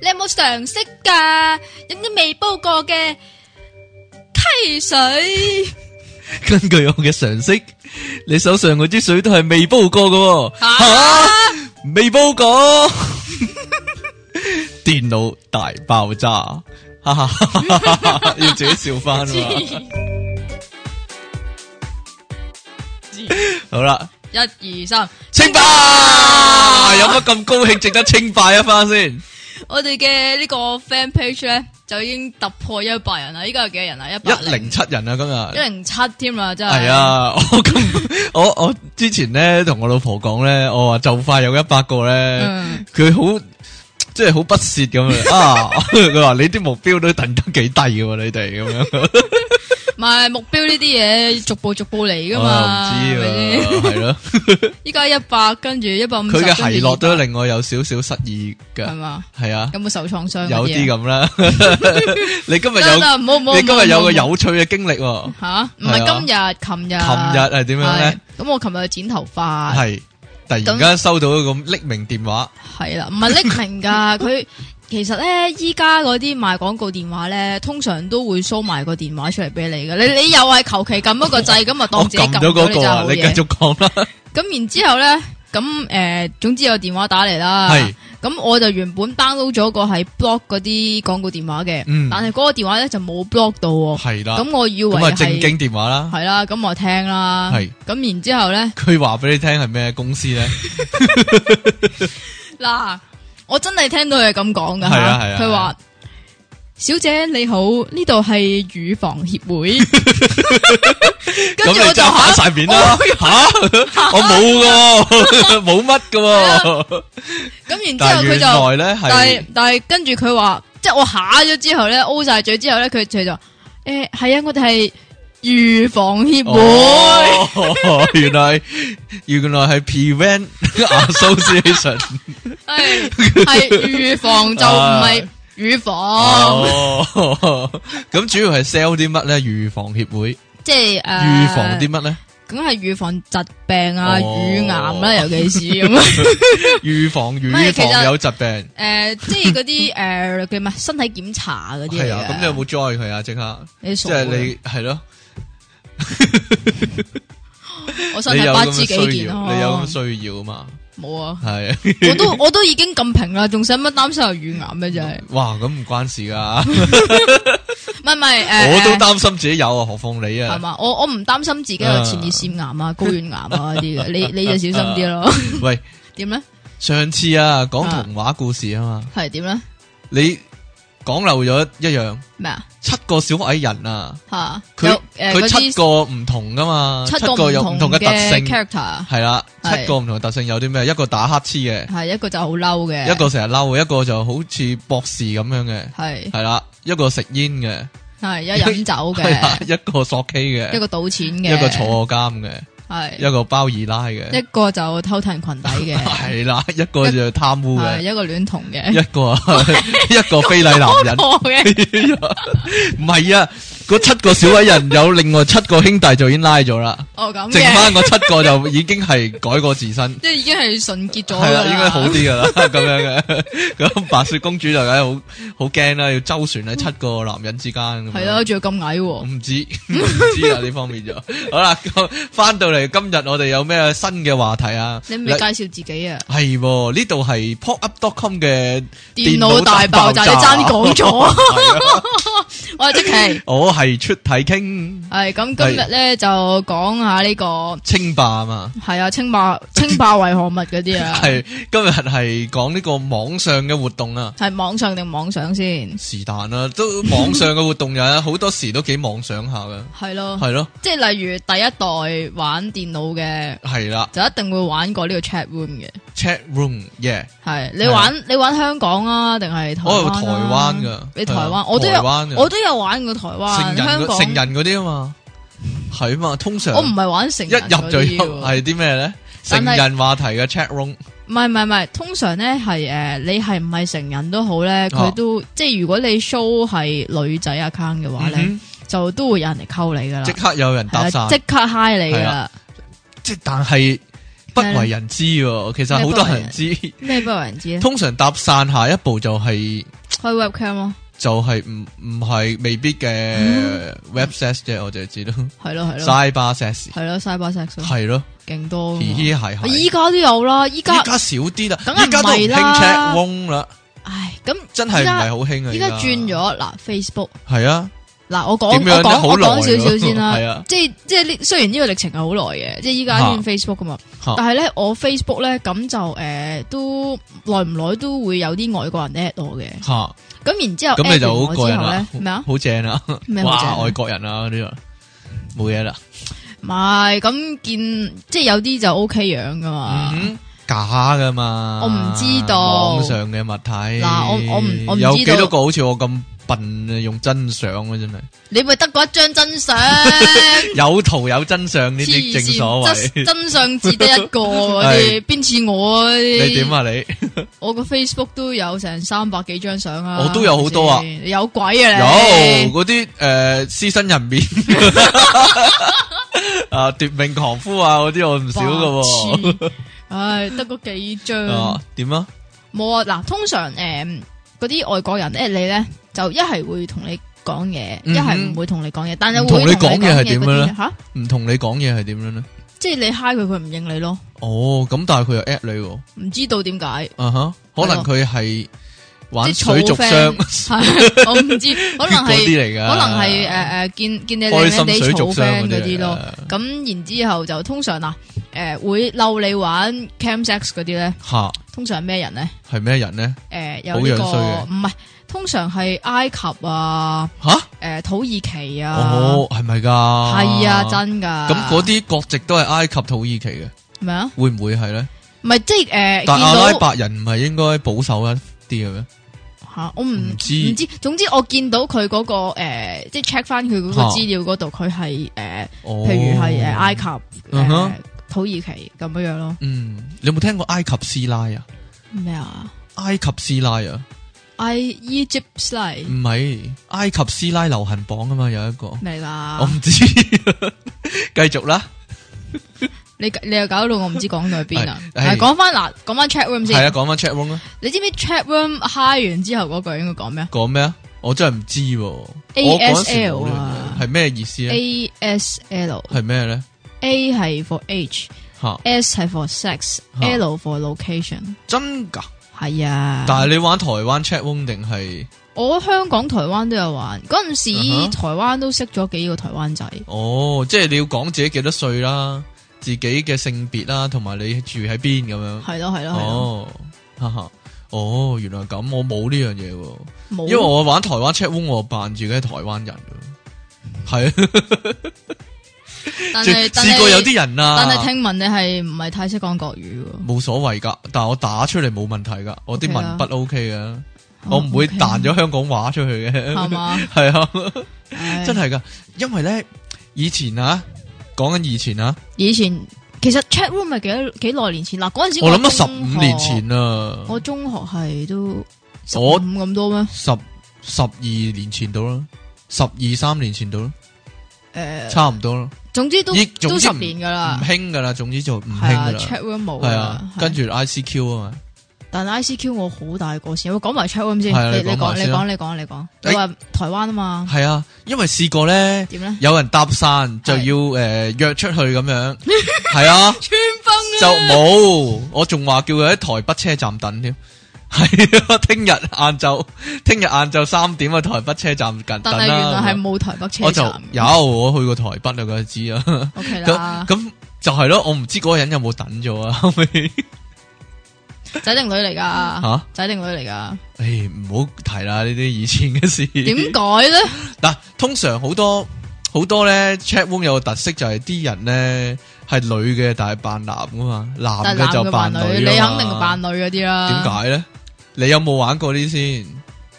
你有冇常識噶？飲啲未煲過嘅溪 水，根據我嘅常識，你手上嗰支水都係未煲過嘅喎， 啊吓未煲過。 電腦大爆炸， 哈哈哈哈哈哈要自己笑翻啊嘛！好啦，一二三，清霸有乜咁高興，值得清霸一番先？我哋嘅呢個 fan page 咧就已經突破一百人啦！依家有幾多人啊？一一百零七人啊，今一日。零七添啦，真係。係，啊， 我咁我我之前咧同我老婆講咧，我話就快有一百個咧，嗯，佢好即係好不屑咁樣啊！ 佢話你啲目標都定得幾低嘅喎，你哋咁 樣，唔係目標呢啲嘢逐步逐步嚟噶嘛，我又唔知啊係咪先啊，係咯，依家一百，跟住一百五十，佢嘅奚係落都令我有少少失意係㗎，嘛？係啊，有冇受創傷？有啲咁。咁啦。你今日得有啦，唔好唔好。你今日有個唔好有趣嘅經歷喎，吓，唔係係啊今日，琴日。琴日係點樣咧？係？咁我琴日去剪頭髮，係突然間收到一個匿名電話，係啦，唔係匿名 噶，佢。其實咧，依家嗰啲賣廣告電話咧，通常都會 show 埋個電話出嚟俾你嘅。你 你又係求其撳一個掣，咁啊我當自己撳撳咗你咗嗰個就啊好，你嘢繼。續講啦，咁然之後咧，咁誒、呃，總之有電話打嚟啦。係咁我就原本 download 咗個係 block 嗰啲廣告電話嘅，嗯但係嗰個電話咧就冇 block 到喎。係啦，咁我以為咁啊正係經電話啦，係啦，咁我聽啦。係咁然之後咧，佢話俾你聽係咩公司咧？嗱，我真係聽到佢咁講噶係啊嚇係啊佢話：小姐你好，呢度係乳房協會。 跟 咁住我你就真係反嚇晒面啦吓，我冇噶， 冇乜噶，啊咁然之但係後佢原就。來咧但係哦系但系跟住佢話，即系我下咗之後咧，O 晒嘴之後咧，佢佢就诶係啊，我哋係預防協 會，哦，原來原來係 prevent association 係係預防就唔係預防，哦，咁主要係 sell 啲乜咧？預防協會即係呃诶預防啲，乜咧？咁係預防疾病啊、哦乳癌啦，尤其是 咁預防唔係預其實防有疾病诶，誒即係嗰啲诶叫咩身體檢查嗰啲係嚟啊，嘅咁你有冇 join 佢啊？即刻你即傻係嘅你係咯，我身你體有八咁支嘅幾需件要，咯，你有咁需要啊嘛，冇啊？係啊。 我都 我都已經咁平啦，仲使乜擔心有乳癌咩？真係哇，咁唔關事噶，唔係唔係诶， 誒我都擔心自己有啊，何況你系啊？嘛？我我唔擔心自己有前列腺癌啊、高丸癌啊嗰啲嘅，你你就小心啊啲咯。喂，點咧？上次啊講童話故事啊嘛，係點咧？你講漏咗一樣，咩啊？七個小矮人啊，吓佢有诶佢嗰七啲個唔同噶嘛，七七個個有唔同嘅特嘅性， character 啊係啦，係七個唔同嘅特性有啲咩？一個打乞嗤嘅。係一個就好嬲嘅，一個成日嬲嘅，一個就好似博士咁樣嘅，係係啦，一個食煙嘅，係一飲酒 係啦嘅，，一個索 K 嘅，一個賭錢嘅，一個坐監嘅，係一個包二奶一嘅，個就偷睇人裙底嘅， 係啦，一個就貪污係嘅，一個戀童嘅，哦一個啊 一個非禮男人，多 嘅唔係啊，嗰七個小矮人有另外七個兄弟就已經拉咗啦，哦咁剩嘅，翻嗰七個就已經係改過 自身。即係已經係純潔咗係啦，啦，應該好啲噶啦，咁樣嘅。 咁白雪公主就梗係好好驚啦，要周旋喺七個男人之間咁樣。係咯，仲要咁矮我喎，唔知， 唔知啊呢方面就好啦。咁翻到嚟今日我哋有咩新嘅話題啊？你未介紹自己啊？系喎，呢度係 popup.com 嘅電腦大爆炸，你爭啲講咗。係啊 我係即期， 我係出體傾係咁今日咧就講下呢、個清霸嘛，係啊清 霸清霸為何物嗰啲啊，係今日係講呢個網上嘅活動啊。係網上定網上先？是但啦，都網上嘅活動有好多時都幾妄想下噶，係咯，係咯，即係例如第一代玩電腦嘅，係啦就一定會玩過呢個 chat room 嘅。 ，chat room，yeah，係你係啊玩你玩香港啊，定係台灣、我係啊？台灣噶，你台係啊灣我都台灣有嘅我都有玩過台成灣、人香嗰成港。人嗰啲啊嘛，係嘛，通常我唔係玩成一人入就嗰啲入喎係啲咩咧？但成係人話題嘅 chat room 唔係唔係唔係，通常咧係誒，你係唔係成人都好咧，啊佢都、即係如果你 show 係女仔 account 嘅話咧，嗯就都會有人嚟溝你噶啦哼即，刻有人搭啊係啊讪即，刻 hi 你噶係啦，即但係不為人知喎，其實好多人知。咩不為人知咧？ 啊通常搭訕下一步就係、開 webcam 啊咯，就係唔唔係未必嘅 web sex 啫，我就係知道係咯嗯係咯， cyber sex 係咯 cyber sex 咯係咯，勁多㗎嘻嘛。啊嘻係係。依家都有啦，依家依家少啲啦，梗係依家都唔唔係興啦 chat room 啦，唉咁真係唔係好興啊！依家轉，咗嗱 Facebook 係啊，嗱，我講點樣我咧？講好我耐講少少先啦 係。啊，即係即係呢，雖然呢個歷程係好耐嘅，即係依家嚇轉 Facebook 噶嘛嚇，但係咧我 Facebook 咧咁就誒、都耐唔耐都會有啲外國人 at 我嘅，吓咁然之後咁你 at 就完好我過之癮後咧啦，咩啊？好正啊！咩好正啊哇，外國人啊呢個冇嘢啦，唔係咁見，即係有啲就 OK 樣噶嘛。嗯哼假噶嘛，我唔知道網上嘅物體嗱我我唔我唔知道有幾多個好似我咁笨啊？用真相啊，真係你咪得嗰一張真 相，有圖有真相呢黐啲正所線，真謂。真相只得一個 嗰啲，邊似我嗰啲你點？啊你？我個 Facebook 都有成三百幾張相啊！我都有好多啊係咪先有鬼啊你！有嗰啲诶私生人 面啊奪命狂夫啊嗰啲我唔少噶白痴唉，得嗰幾喎， 啊張，點啊？冇啊！嗱，通常诶嗰啲外國人 at 你咧，就一係會同你講嘢，嗯哼一係唔會同你講嘢，但係會唔同你同講嘢係點樣咧嗰啲吓，唔同你講嘢係點樣咧？即係你嗨佢，佢唔應你咯，哦，咁但係佢又 at 你喎，唔知道點解。啊哈，可能佢係玩即係儲水族箱 friend 係啊我唔 知，可能嗰啲係嚟噶，可能係诶诶，見见你開靚心靚地水族嘈箱 friend 嗰嗰啲啲咯。啊咁然之后就通常嗱，诶會嬲你玩 cam sex 嗰啲咧，吓通常係咩人咧？係咩人咧？诶、好有呢、樣個衰嘅唔係，通常係埃及啊，吓诶、土耳其啊，哦係咪噶？係啊，真㗎。咁嗰啲國籍都係埃及土耳其嘅，咩啊？會唔會係咧？唔係即係诶、見但阿拉到伯人唔係應該保守一啲嘅咩？吓、我唔唔知唔知。總之我見到佢嗰、個个呃即係 check 翻佢嗰個嚇資料嗰度，佢係诶，哦譬如係诶埃及、嗯哼呃土耳其咁樣樣咯。嗯，你有冇聽過埃及師奶啊？咩啊埃及師奶啊， ？I Egypt slide 唔係埃及師奶流行榜啊嘛，有一個，咩嚟我㗎？唔知， 繼續啦，你你又搞到我唔知講到去邊啊！係係嗱講翻嗱，講翻 chat room 係先啊，。講翻 chat room 啦，你知唔知 chat room high 完之後嗰句應該講咩講咩啊？我真係唔知喎，我 ASL 嗰陣時冇呢啊樣嘢係咩意思咧？ ？A S L 係咩咧？ A 係 for age，S 吓，係 for sex，嚇 L for location。真㗎？係啊，但係你玩台灣 chat room 定係？我香港、台灣都有玩。嗰陣時嗯哼台灣都識咗幾個台灣仔。哦，即係你要講自己幾多歲啦，自己嘅性別啦，同埋你住喺邊咁樣。係咯係啊咯係咯，哦，哈哈，哦，原來咁，我冇呢樣嘢喎。冇。因為我玩台灣 chat room，我扮自己係台灣人嘅，嗯係啊，但係但試過有啲人啊，但係聽聞你係唔係太識講國語喎？冇所謂噶，但係我打出嚟冇問題噶，我啲 OK 啊文筆 OK 嘅，我唔會哦 OK 彈咗香港話出 去係嘅， 嘛？係啊，唉真係噶，因為咧以前啊，講緊以前啊，以前其實 chat room 係幾多幾耐年前嗱，嗰陣時我諗中咗十五年學前啊，我中學係都十五我咁多咩？十十二年前到啦，十二三年前到啦，诶、差唔多啦。總之都咦總都之十唔年噶唔啦，興噶啦，總之就唔興係啊噶啦， ，check room 冇係啊啦，，跟係住 ICQ 啊嘛，但 ICQ 我好大個先，我講埋 check room 先，係啊你你你講埋講你先啦講你講你講，哎你話台灣啊嘛，係啊，因為試過咧，點咧？ 有人搭訕就要诶约出去咁樣，係啊，穿崩 就冇，我仲話叫佢喺台北車站等添， 係啊，聽日晏 晝，聽日晏晝三點喺台北車站近但等係原啦，來係冇台北我車就站有我去過台北啊，嗰日知啊。 ，O K 啦咁，咁就係咯，我唔知嗰個人有冇等咗啊， 後尾仔定女嚟噶，吓，仔定女嚟 噶，诶唔好提啦呢啲以前嘅事。點改咧？ 嗱，通常好多好多咧 chat room 有個特色就係啲人咧係女嘅，但係扮男噶嘛，男但係嘅男就嘅扮扮女女，㗎你嘛肯定扮女啊嗰啲啦。點解咧？你有冇玩過呢啲先？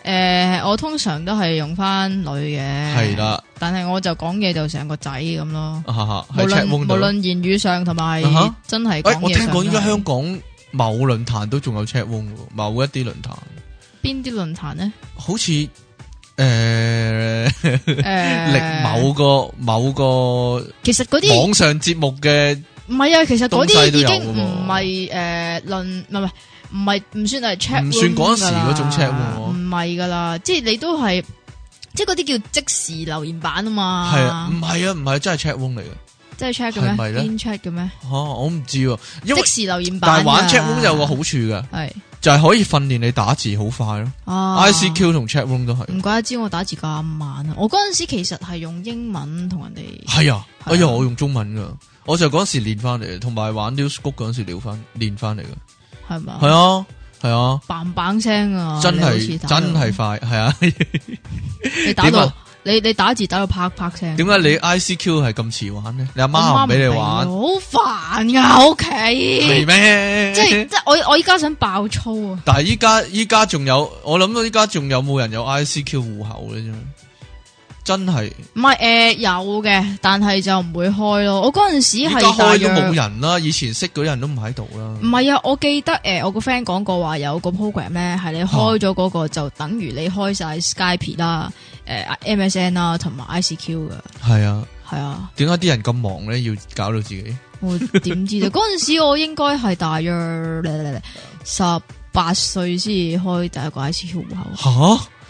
诶、呃我通常都係用翻女嘅，係，啦，但係我就講嘢就成個仔咁咯。哈哈，無喺 chat 論 room 無度。論言語上同埋啊哈真係喂講，我嘢聽上都係，講依家香港某論壇都仲有 chat room 喎，某一啲論壇邊啲論壇 咧？好似诶。诶，力某個某個呃其實嗰啲網上節目嘅唔系啊，其實嗰啲東西都已有經㗎喎唔係诶论，唔係唔係唔係唔算係 check，唔算嗰陣時 room 㗎啦嗰種 check room 喎唔係噶啦，即係你都係即係嗰啲叫即時留言版啊嘛，係啊，唔係啊，唔係真係 check room 嚟嘅，即係 check 嘅係咩？咪咧邊 check 嘅咩？吓我唔知喎，因為即時留言版㗎，但係玩 check room 有個好處嘅，係就係可以訓練你打字好快咯。啊 ICQ 同 check room 都係，唔怪得知我打字咁慢啊！我嗰阵时其實係用英文同人哋係啊，係啊哎呀，我用中文噶，我就嗰時練翻嚟，同埋玩 News 谷嗰陣時練翻練翻嚟嘅，係咪係啊，係啊。棒棒聲啊！真系係真係快，係啊！你打點到啊你你打字打到啪啪聲。點解你 ICQ 係咁遲玩呢？你阿我媽唔俾你俾玩，我好煩噶屋 係企，咩？即係即係我我依家想爆粗啊！但系依家依家仲有，我諗到依家仲有冇人有 ICQ 户口咧？真真係唔係诶有嘅，但係就唔會開咯。我嗰阵时依系家開都冇人啦，以前識嗰啲人都唔喺度啦唔。係啊，我記得诶、呃我個 friend 講過話有個 program 咧，係你哦開咗嗰個就等於你開晒 Skype 啦、诶、MSN 啦同埋 ICQ 噶，係啊，係啊，點解啲人咁忙咧？要搞到自己我點知 啫？嗰阵时我應該係大約十八歲先開第一個 ICQ 户口，吓？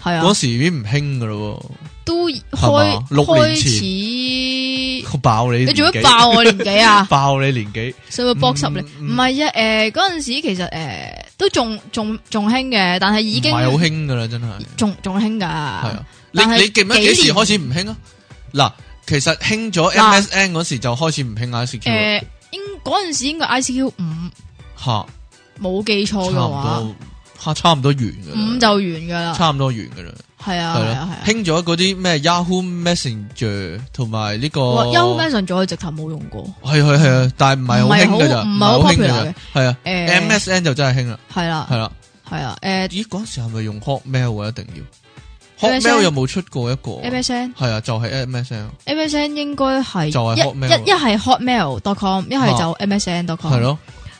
係啊嗰，時已經唔興噶咯都係開嘛六年前開始喎，我爆你！你做乜？爆我年紀 啊？爆你年紀使唔使搏十年？嗯唔係啊，诶嗰阵时其實诶、誒都仲仲仲興嘅，但係已經唔係好興噶啦，真係。仲仲興係㗎啊，。你但係你记唔記得幾幾時年開始唔興啊？嗱，其實興咗嗱 MSN 嗰時就開始唔興啊 ICQ 诶、應嗰阵时应该 ICQ 五吓，冇記錯差嘅唔話，多吓，差唔多完噶啦。五就完㗎啦。差唔多完噶啦，係啊，係啊，係啦，係啊。興咗嗰啲咩 Yahoo Messenger 同埋呢個哇，Yahoo Messenger 我直頭冇用過。係係係啊，但係唔係好興噶咋，唔係好唔係好興 popular 㗎嘅咋，係啊诶、 ，MSN 就真係興啦，係啦，係啦，係啊啦。诶咦嗰陣時係咪用 Hotmail 啊？一定要 MSN Hotmail 有冇出過一個？ ，MSN 係啊，就係 MSN MSN 應該係就係一 Hotmail 啊一一係 Hotmail.com，一係就 MSN.com。係，咯，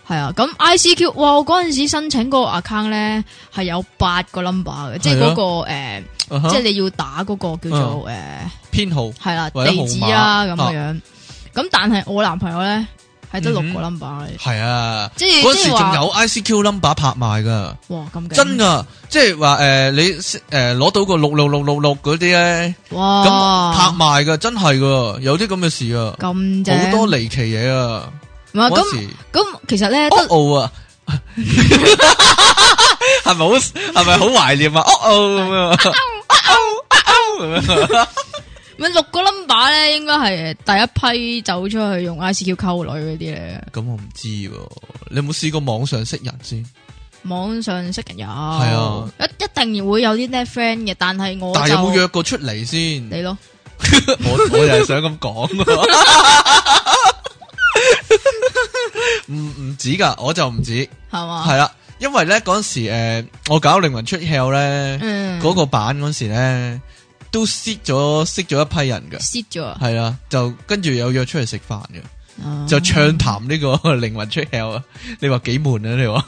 係啊。咁 ICQ，哇！我嗰陣時申請嗰個 account 咧係有八個 number 嘅，即係係啊嗰個誒，啊哈即係你要打嗰個叫做誒，啊編號係啦，或者號地碼址啦咁啊樣。咁但係我男朋友咧係得六個嗯 number 嘅，係啊。即係嗰即時係仲話有 ICQ number 拍賣噶，哇咁勁真噶，即係話诶你诶攞到個六六六六六嗰啲咧，咁拍哇賣噶，真係噶，有啲咁嘅事啊，啊咁正好多離奇嘢啊！唔係嗰咁時咁，其實咧哦得哦啊， 係咪好係咪好懷念啊？哦哦咁样啊， 哦哦咁樣啊咪六個 number 咧，應該係誒第一批走出去用 ICQ 溝女嗰啲咧。咁我唔知喎，你有冇試過網上識人先？網上識人有，啊一一定會有啲 net friend 嘅，但係我但係就有冇約過出嚟先？你咯，我我就係想咁講，唔唔止噶，我就唔止，係嘛？係啦，因為咧嗰阵时诶、呃我搞靈魂出窍咧，嗯，嗰、個版嗰時咧都識咗識咗一批人嘅， set 咗啊係啦，就跟住有約出嚟食飯嘅，，啊就暢談呢個 靈魂出窍啊！你話幾悶啊？你話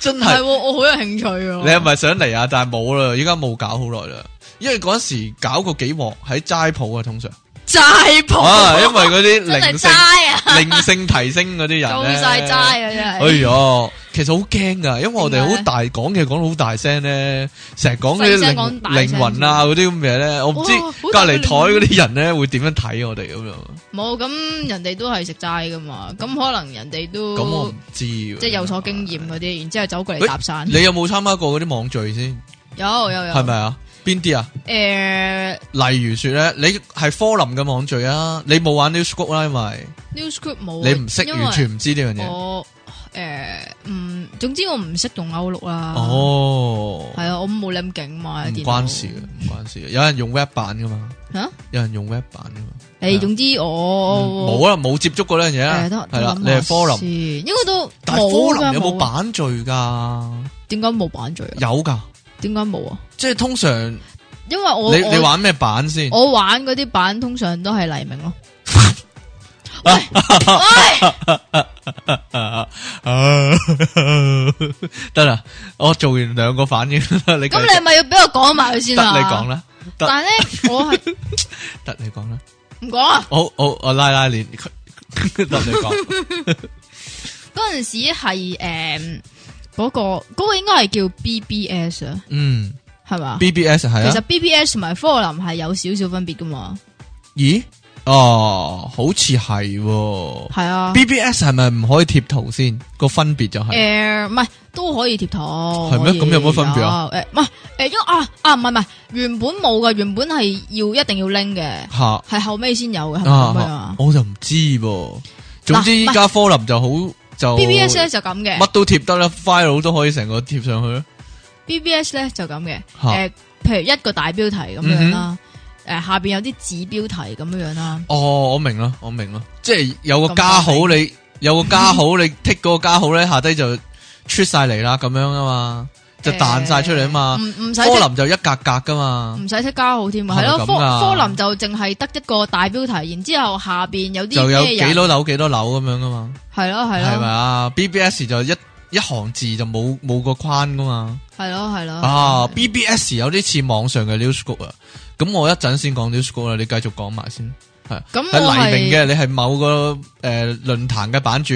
真係係喎，我好有興趣喎。你係咪想嚟啊？但係冇啦，依家冇搞好耐啦，因為嗰時搞過幾鑊喺齋鋪啊，通常。齋蒲？ 啊，因為 嗰真啲係靈齋性啊，靈性提升嗰啲人做咧，晒齋啊，真哎係。呀，其實好驚噶，因為我哋點解好咧大講嘢講到好大聲咧，成日講嗰細啲聲靈講大聲靈魂啊嗰啲咁嘢咧，我唔知哇好隔大個離台嗰啲人咧會點樣睇我哋咁樣，冇咁人哋都係食齋噶嘛，咁可能人哋都咁我唔知喎。哦即係有所經驗嗰啲，然之後走過嚟喂搭訕。你有冇參加過嗰啲網聚先？有有有，係咪？啊？邊啲啊？誒例如說咧，你係科林嘅網聚啊，你冇玩 Newsgroup 啦，因為 Newsgroup 冇啊，你唔識，因為完全唔知呢樣嘢。我诶唔，總之我唔識用歐陸啦。哦系，啊，我冇你咁勁嘛，唔電腦關嗯事嘅，唔關事嘅。有人用 web 版噶嘛？吓。有人用 web 版噶嘛？嗯誒，總之我冇啦，冇接觸過呢樣誒嘢啦得，係啦，哦你係啊係科林，林，應該都但係科冇㗎林有冇？啊版罪噶？點解冇版罪啊？有噶，點解冇啊？即係通常因為我你你我玩咩版先？ 我玩嗰啲版通常都係黎明咯。 喂喂，啊得啦，我做完兩個反應 啦，你繼續咁你係咪要俾我講埋佢先得啊？你講啦，得但係咧，我係 得你講啦。唔講啊，好好，我拉拉鏈，佢 得你講嗰阵时系诶嗰个嗰个应该系叫 BBS 啊，嗯系嘛？ ，BBS 係其实啊， BBS 同埋科林系有少少分别噶嘛，咦，哦，好似係喎系啊。 ，BBS 係咪唔可以貼圖先？個分別就係诶，唔系都可以貼圖，係咩咁有乜分別啊？诶，唔係诶，因為啊啊，唔係唔係，原本冇嘅，原本係要一定要拎嘅，吓係後尾先有嘅，係咪咁樣啊啊，我就唔知喎。總之嗱依家科林就好就？BBS 咧就咁嘅乜都貼得啦，file 都可以成個貼上去啦。 ，BBS 咧就咁嘅，嚇嗯诶，譬如一個大標題咁樣啦，诶，下边有啲子標題咁樣樣啦，哦，我明啦，我明啦，即係有個咁加號，方你有個加號，你剔嗰個加號咧，下低就出晒嚟啦，咁樣啊嘛，就彈晒出嚟啊嘛誒。嗯唔唔使科剔林就一格格噶嘛，唔使剔加號添啊，係係咪咯，科咁㗎科林就淨係得一個大標題，然之后下边有啲就有咩幾人，多樓幾多樓咁樣噶嘛，係咯係係咪咯啊？BBS 就一一行字就冇冇個框噶嘛。係咯係咯啊，BBS 有啲似網上嘅 news group 啊。咁我一陣先講 news group 啦，你繼續講埋先。係咁我喺黎明係嘅，你係某個诶论坛嘅版主，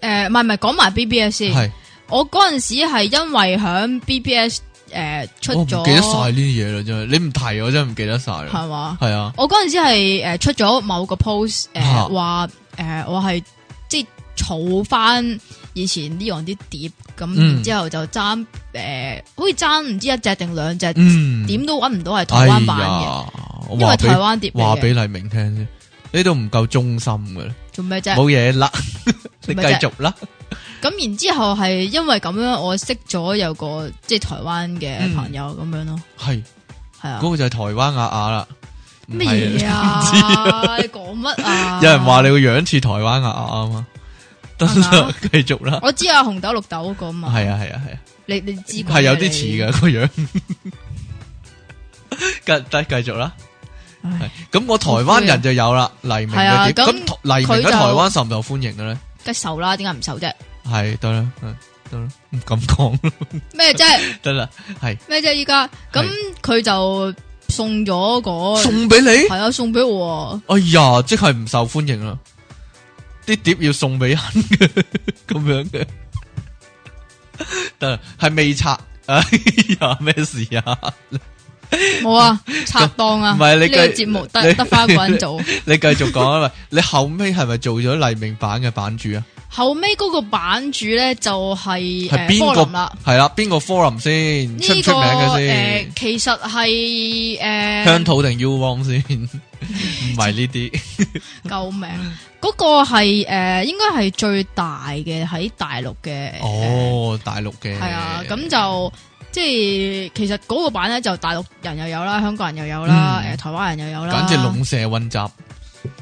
呃诶，唔係唔係講埋 BBS 先。係我嗰阵时系因为響 BBS 诶、呃出我唔咗，記得晒呢啲嘢啦，真係你唔提我真係唔記得晒啦。系嘛？係啊，我嗰阵时系诶呃出咗某個 post 诶、嚇話话诶我係即系儲翻以前呢樣啲碟，咁嗯然之后就爭诶、好似爭唔知一隻定兩隻，點嗯，都搵唔到係台灣版哎嘅，呀我因為話台俾灣碟話嚟俾嘅。黎明聽先，呢度唔夠忠心嘅啦，做咩啫？冇嘢啦，做你繼咩啫續啦。咁然之后系因為咁樣，我識咗有個即系台灣嗯嘅朋友咁樣咯，係係啊。嗰個就係台灣亞亞啦，唔咩係嘢啊？你講乜啊？ 有人話你個樣似台灣亞亞 啊嘛，得啦，繼續啦。我知啊，紅豆綠豆嗰個嘛，係啊係啊係啊，你你知係有啲似嘅個樣。 繼得繼續啦。嘅，咁我台灣人就有啦，黎明係啊嘅碟。咁咁黎明佢喺就台灣受唔受歡迎嘅咧？梗係瘦啦，點解唔瘦啫？系得啦，嗯得啦，唔敢講 啦，咩 啫？得啦，咩啫？依家咁佢就送咗嗰送俾你，係啊，送俾我 哎呀，即係唔受歡迎啦，啊啲碟要送俾人嘅， 咁樣嘅， 得啦，係未拆，哎呀，咩事啊？我啊，拆檔啊，唔係你呢個計節目你 得得翻一個人做，你繼續 講啦，喂，你後尾係咪做咗黎明版嘅版主啊？後尾嗰個版主咧就係誒係邊科個林啦。係啦，邊個 forum 先？出唔呢出個名嘅誒先？其實係鄉誒土定 U Wong 先？唔係呢啲，救命！嗰個係誒應該係最大嘅喺大陸嘅哦，大陸嘅系啊，咁就即系其實嗰個版咧就大陸人又有啦，香港人又有啦，嗯诶、台灣人又有啦，简直龍蛇混雜，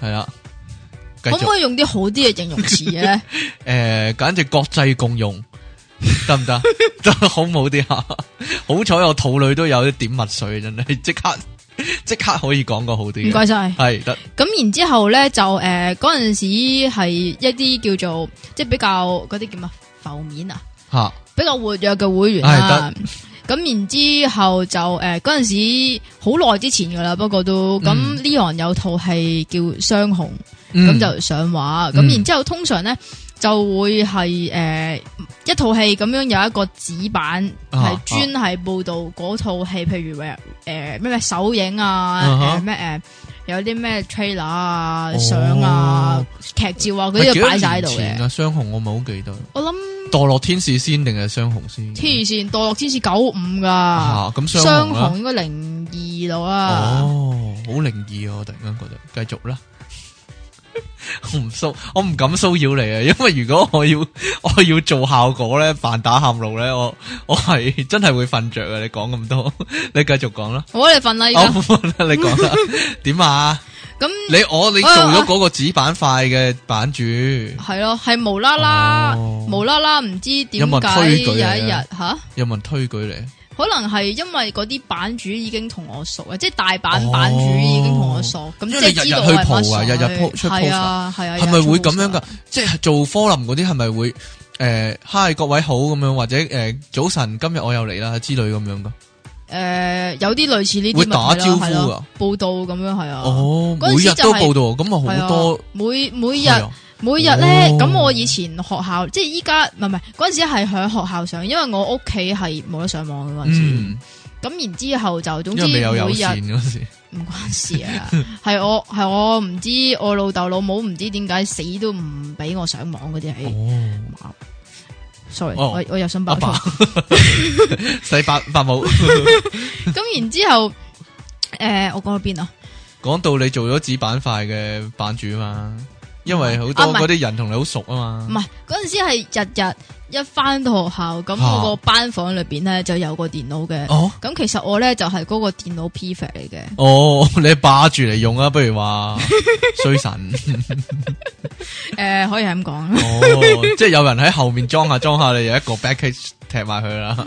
係啦，可唔繼續啊可以用啲好啲嘅形容詞 嘅咧？诶，简呃直國際共用， 得唔得？ 得好唔好啲啊？ 好彩我肚裏都有一點墨水，真係即刻 即刻可以講個好唔啲嘅，該晒。係得咁然之后咧就诶嗰阵时係一啲叫做即系比較嗰啲叫乜浮面啊，吓，比較活躍嘅會員啦。咁然之後就诶嗰阵時好耐之前噶啦，不過都咁嗯呢行有套係叫《雙紅》。咁咁就上畫，咁、嗯然之後通常咧就會係诶、呃一套戲咁樣有一個紙板啊係專係報導嗰套戲，譬如诶诶咩咩首映啊啊，哈哦诶咩诶有啲咩 trailer 啊、相啊、劇照啊嗰啲都擺晒喺度嘅。啊，雙紅我唔係好記得，我諗墮落天使先定係雙紅先？黐線，墮落天使九五噶，啊，咁雙雙紅啦紅應該零二度啊啦。哦，好靈異啊！我突然間覺得，繼續啦。 我唔騷，我唔敢騷擾你啊！因為如果我要 我要做效果咧，扮打喊路咧，我我係 真係會瞓着啊！你講咁多， 你繼續講啦。好啊，你瞓啦依我家。唔瞓啦， 你講啦。點啊？咁你我你做哎呀咗嗰個紙板塊嘅版主，係咯，係無啦啦哦，無啦啦，唔知有點冇人解推有舉一你啊日吓。有冇人推舉你？可能系因为嗰啲版主已经同我熟啊，即系大版版主已经同我熟，咁因為即系哦你日日知道我係去蒲啊乜水日日 po- 出係啊系啊，係咪會咁樣样㗎？？即係做科林嗰啲係咪會呃诶，嗨各位好咁樣，或者诶早晨，今日我又嚟啦之類咁樣㗎？诶有啲類似呢啲會打咪係咯招呼係咯㗎報道咁樣係啊。哦，每嗰陣時日都就係報道，咁係啊啊好多每每日係啊每日咧，哦咁、我以前學校即係依家唔係唔係嗰陣時係喺學校上，因為我屋企係冇得上網嘅嗰陣時。嗯，咁然之後就總因之為每未有有線日嗰陣時，唔關事啊， 係我係我唔知我老豆老母唔知點解死都唔俾我上網嗰啲係。哦， sorry，哦我我又想爆阿粗爸。，細伯伯母， 咁然之後，诶、我講到邊啊？ 講到你做咗紙板塊嘅版主啊嘛，因為好多啊唔係嗰啲人同你好熟啊唔嘛，係嗰阵时系日日一翻到學校，咁啊我個班房裏边咧就有個電腦嘅。哦。咁其實我咧就係嗰個電腦 P 肥嚟 嘅。哦，你霸住嚟用啊，不 如話衰神诶、可以係咁講。哦，即係有人喺後面裝下裝下，你有一個 back kick 踢埋 佢啦，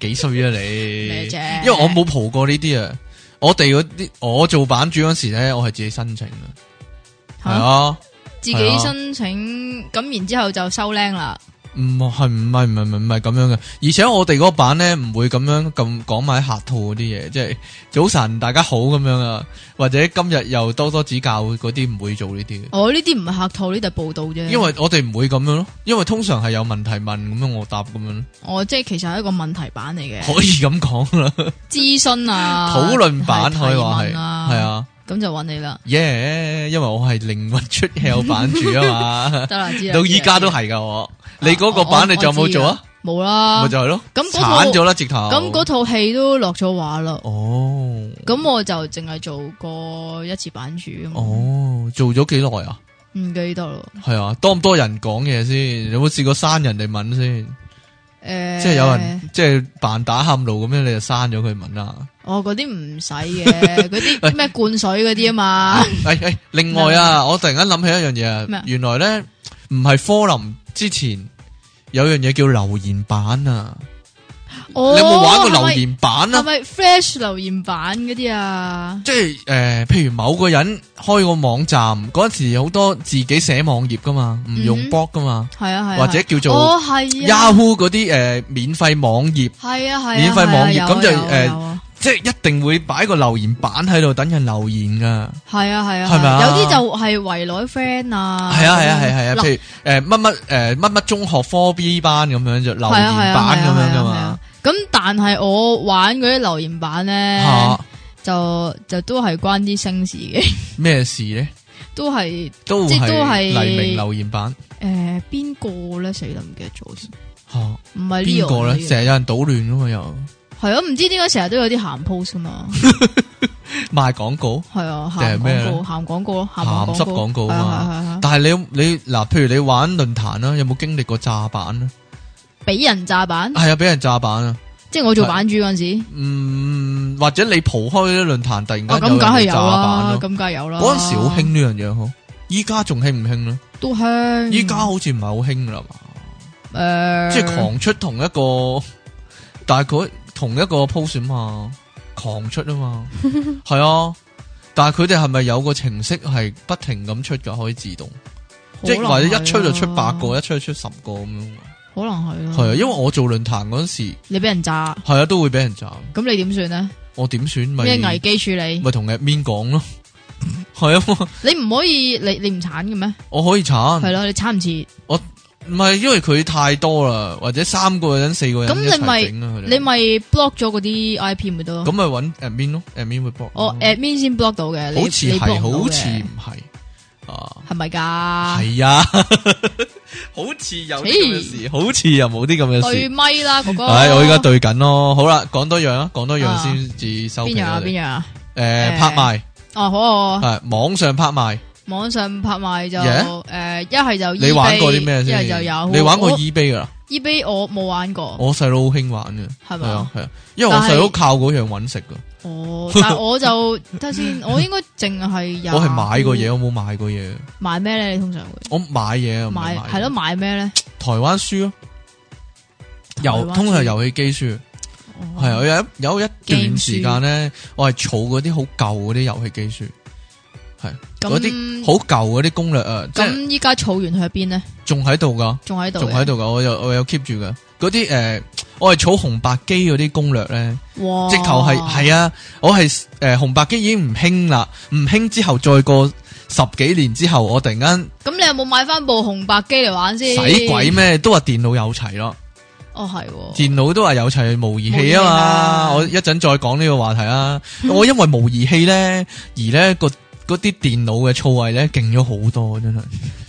幾衰啊咩你啫？因為我冇蒲過呢啲啊，我哋嗰啲我做版主嗰時咧，我係自己申請啊嘅，嚇係啊，自係啊己申請，咁然之後就收僆啦。唔係唔係唔係唔係唔係咁樣嘅，而且我哋嗰個版咧唔會咁樣咁講埋客套嗰啲嘢，即係早晨大家好咁樣啊，或者今日又多多指教嗰啲唔會做呢啲嘅。我呢啲唔係客套，呢啲係報道啫。因为我哋唔会咁样咯，因为通常系有问题问咁样我答咁样咯，我即係其實係一個問題版嚟嘅，可以咁讲啦，諮詢啊，讨论版係可以话系，提問系啊，，啊，咁就揾你啦，耶，因为我系灵魂出窍版主啊 嘛，得啦，知啦 到依家都知啦系噶我，你嗰个版啊我你仲有冇做啊？冇啦咪，就系咯，啊咁嗰套铲咗啦直头，咁嗰套戲都落咗畫啦，哦，咁我就淨係做過一次版主咁，哦，做咗几耐啊？唔記得咯，系啊，多唔多人讲嘢先？有冇试过刪人哋文先？誒，即系有人即系扮打喊路咁样，你就刪咗佢文啊啦。哦嗰啲唔使 嘅，嗰啲咩灌水嗰啲啊嘛，诶诶，哎另外啊，我突然间谂起一样嘢咩啊啊，原来咧唔系科林之前有样嘢叫留言板啊，哦你有冇玩过留係咪言板係啊？咪 Flash 留言版嗰啲啊？即系诶、呃譬如某个人开个网站嗰阵时，好多自己写网页噶嘛，唔用嗯哼 blog 噶嘛，係啊係啊，或者叫做哦係啊。 Yahoo 嗰啲诶免费网页，系啊系啊，免費網頁係啊咁就有啊誒有啊即系一定会摆个留言板喺度等人留言噶。係啊係啊，係咪啊有啲就係圍內 friend 啊，系啊系啊系啊，嗱譬如诶乜乜诶乜乜中學科 B 班咁樣就留係啊係啊言版咁樣噶係啊係嘛啊，咁但係我玩嗰啲留言版咧，吓就就都係關啲星事嘅， 咩事咧？都係都即係都係係黎明留言版诶邊個咧死啦唔記得咗添，吓，唔係边 Leo 个咧？嚟嘅成日有人捣亂噶嘛，又係啊，唔知點解成日都有啲鹹 post 噶 嘛，賣廣告。係啊，定係鹹咩廣咧告鹹廣告咯，鹹鹹濕廣廣告告啊嘛係係係係但係你你嗱，譬如你玩論壇啦，有冇經歷過炸版啊？俾人炸版，係啊，俾人炸版啊！即係我做版主嗰阵时，嗯，或者你蒲開啲論壇，突然哦咁間梗有係人有炸版啦，咯。咁梗啊係有啦，嗰陣時好興呢樣嘢嗬，依家仲興唔興咧？都香。依家好似唔係好興啦嘛。诶，即系狂出同一個， 但系佢同一個 post 啊嘛，狂出啊嘛， 係啊。但系佢哋係咪有個程式係不停咁出噶，可以自動，可即能係或者一出就出係八啊個，一出就出十個咁樣。可能系係啊，因為我做論壇嗰陣時，你俾人炸，係啊都會俾人炸，咁你點算呢？我點算咪咩危機處理？咪同 a d m 講咯， 係啊，你唔可以，你你唔铲嘅咩？我可以鏟，係咯，你铲唔切，唔係因為佢太多啦，或者三個人四個人咁一你咪齊整啊，佢哋你咪 block 咗嗰啲 I P 咪得咁咯。咪揾 admin 咯，admin 會 block 我咯哦 admin 先 block 到嘅，好似系，系好似唔系啊，系咪噶？系啊， 好似有啲咁嘅事，好似又冇啲咁嘅對事。咪啦，哥哥。唉，我依家對緊咯。好啦，講多樣啊，講多樣啊先至收邊皮樣啦啊？我邊哋樣啊？誒诶，拍賣哦，好哦啊，係網上拍賣，網上拍賣就 Yeah？诶，一係就你玩過啲咩 eBay，先？一係就有。你玩過我 eBay 噶啦？ eBay 我冇玩過，我細佬好興玩嘅，係係嘛啊？係啊，因為我但係細佬靠嗰樣揾食噶。哦， 但系我就睇下先，我應該淨係有。我係買過嘢，我冇買過嘢。買咩咧？你通常會我買嘢啊，唔係買買係咯，買咩咧？台灣書咯，遊台灣通常書遊戲機書。系系啊，有一有一段 Game 時間咧，我係儲嗰啲好舊嗰啲遊戲機書，嗰啲好舊嗰啲攻略啊，即係嗯咁依家儲完去邊咧？仲喺度噶，仲喺度嘅，仲喺度噶，我有我有 keep 住噶。嗰啲诶，呃我係儲紅白機嗰啲攻略咧，哇！直頭係係啊，我係誒、呃、紅白機已經唔興啦，唔興之後再過十幾年之後，我突然間咁你有冇買翻部紅白機嚟玩先？使鬼！咩都話電腦有齊咯，哦，係喎。電腦都話有齊模擬器啊嘛，模我擬一陣再講呢個話題啊，我因為模擬器咧而咧個。嗰啲電腦嘅醋位咧，勁咗好多，真係，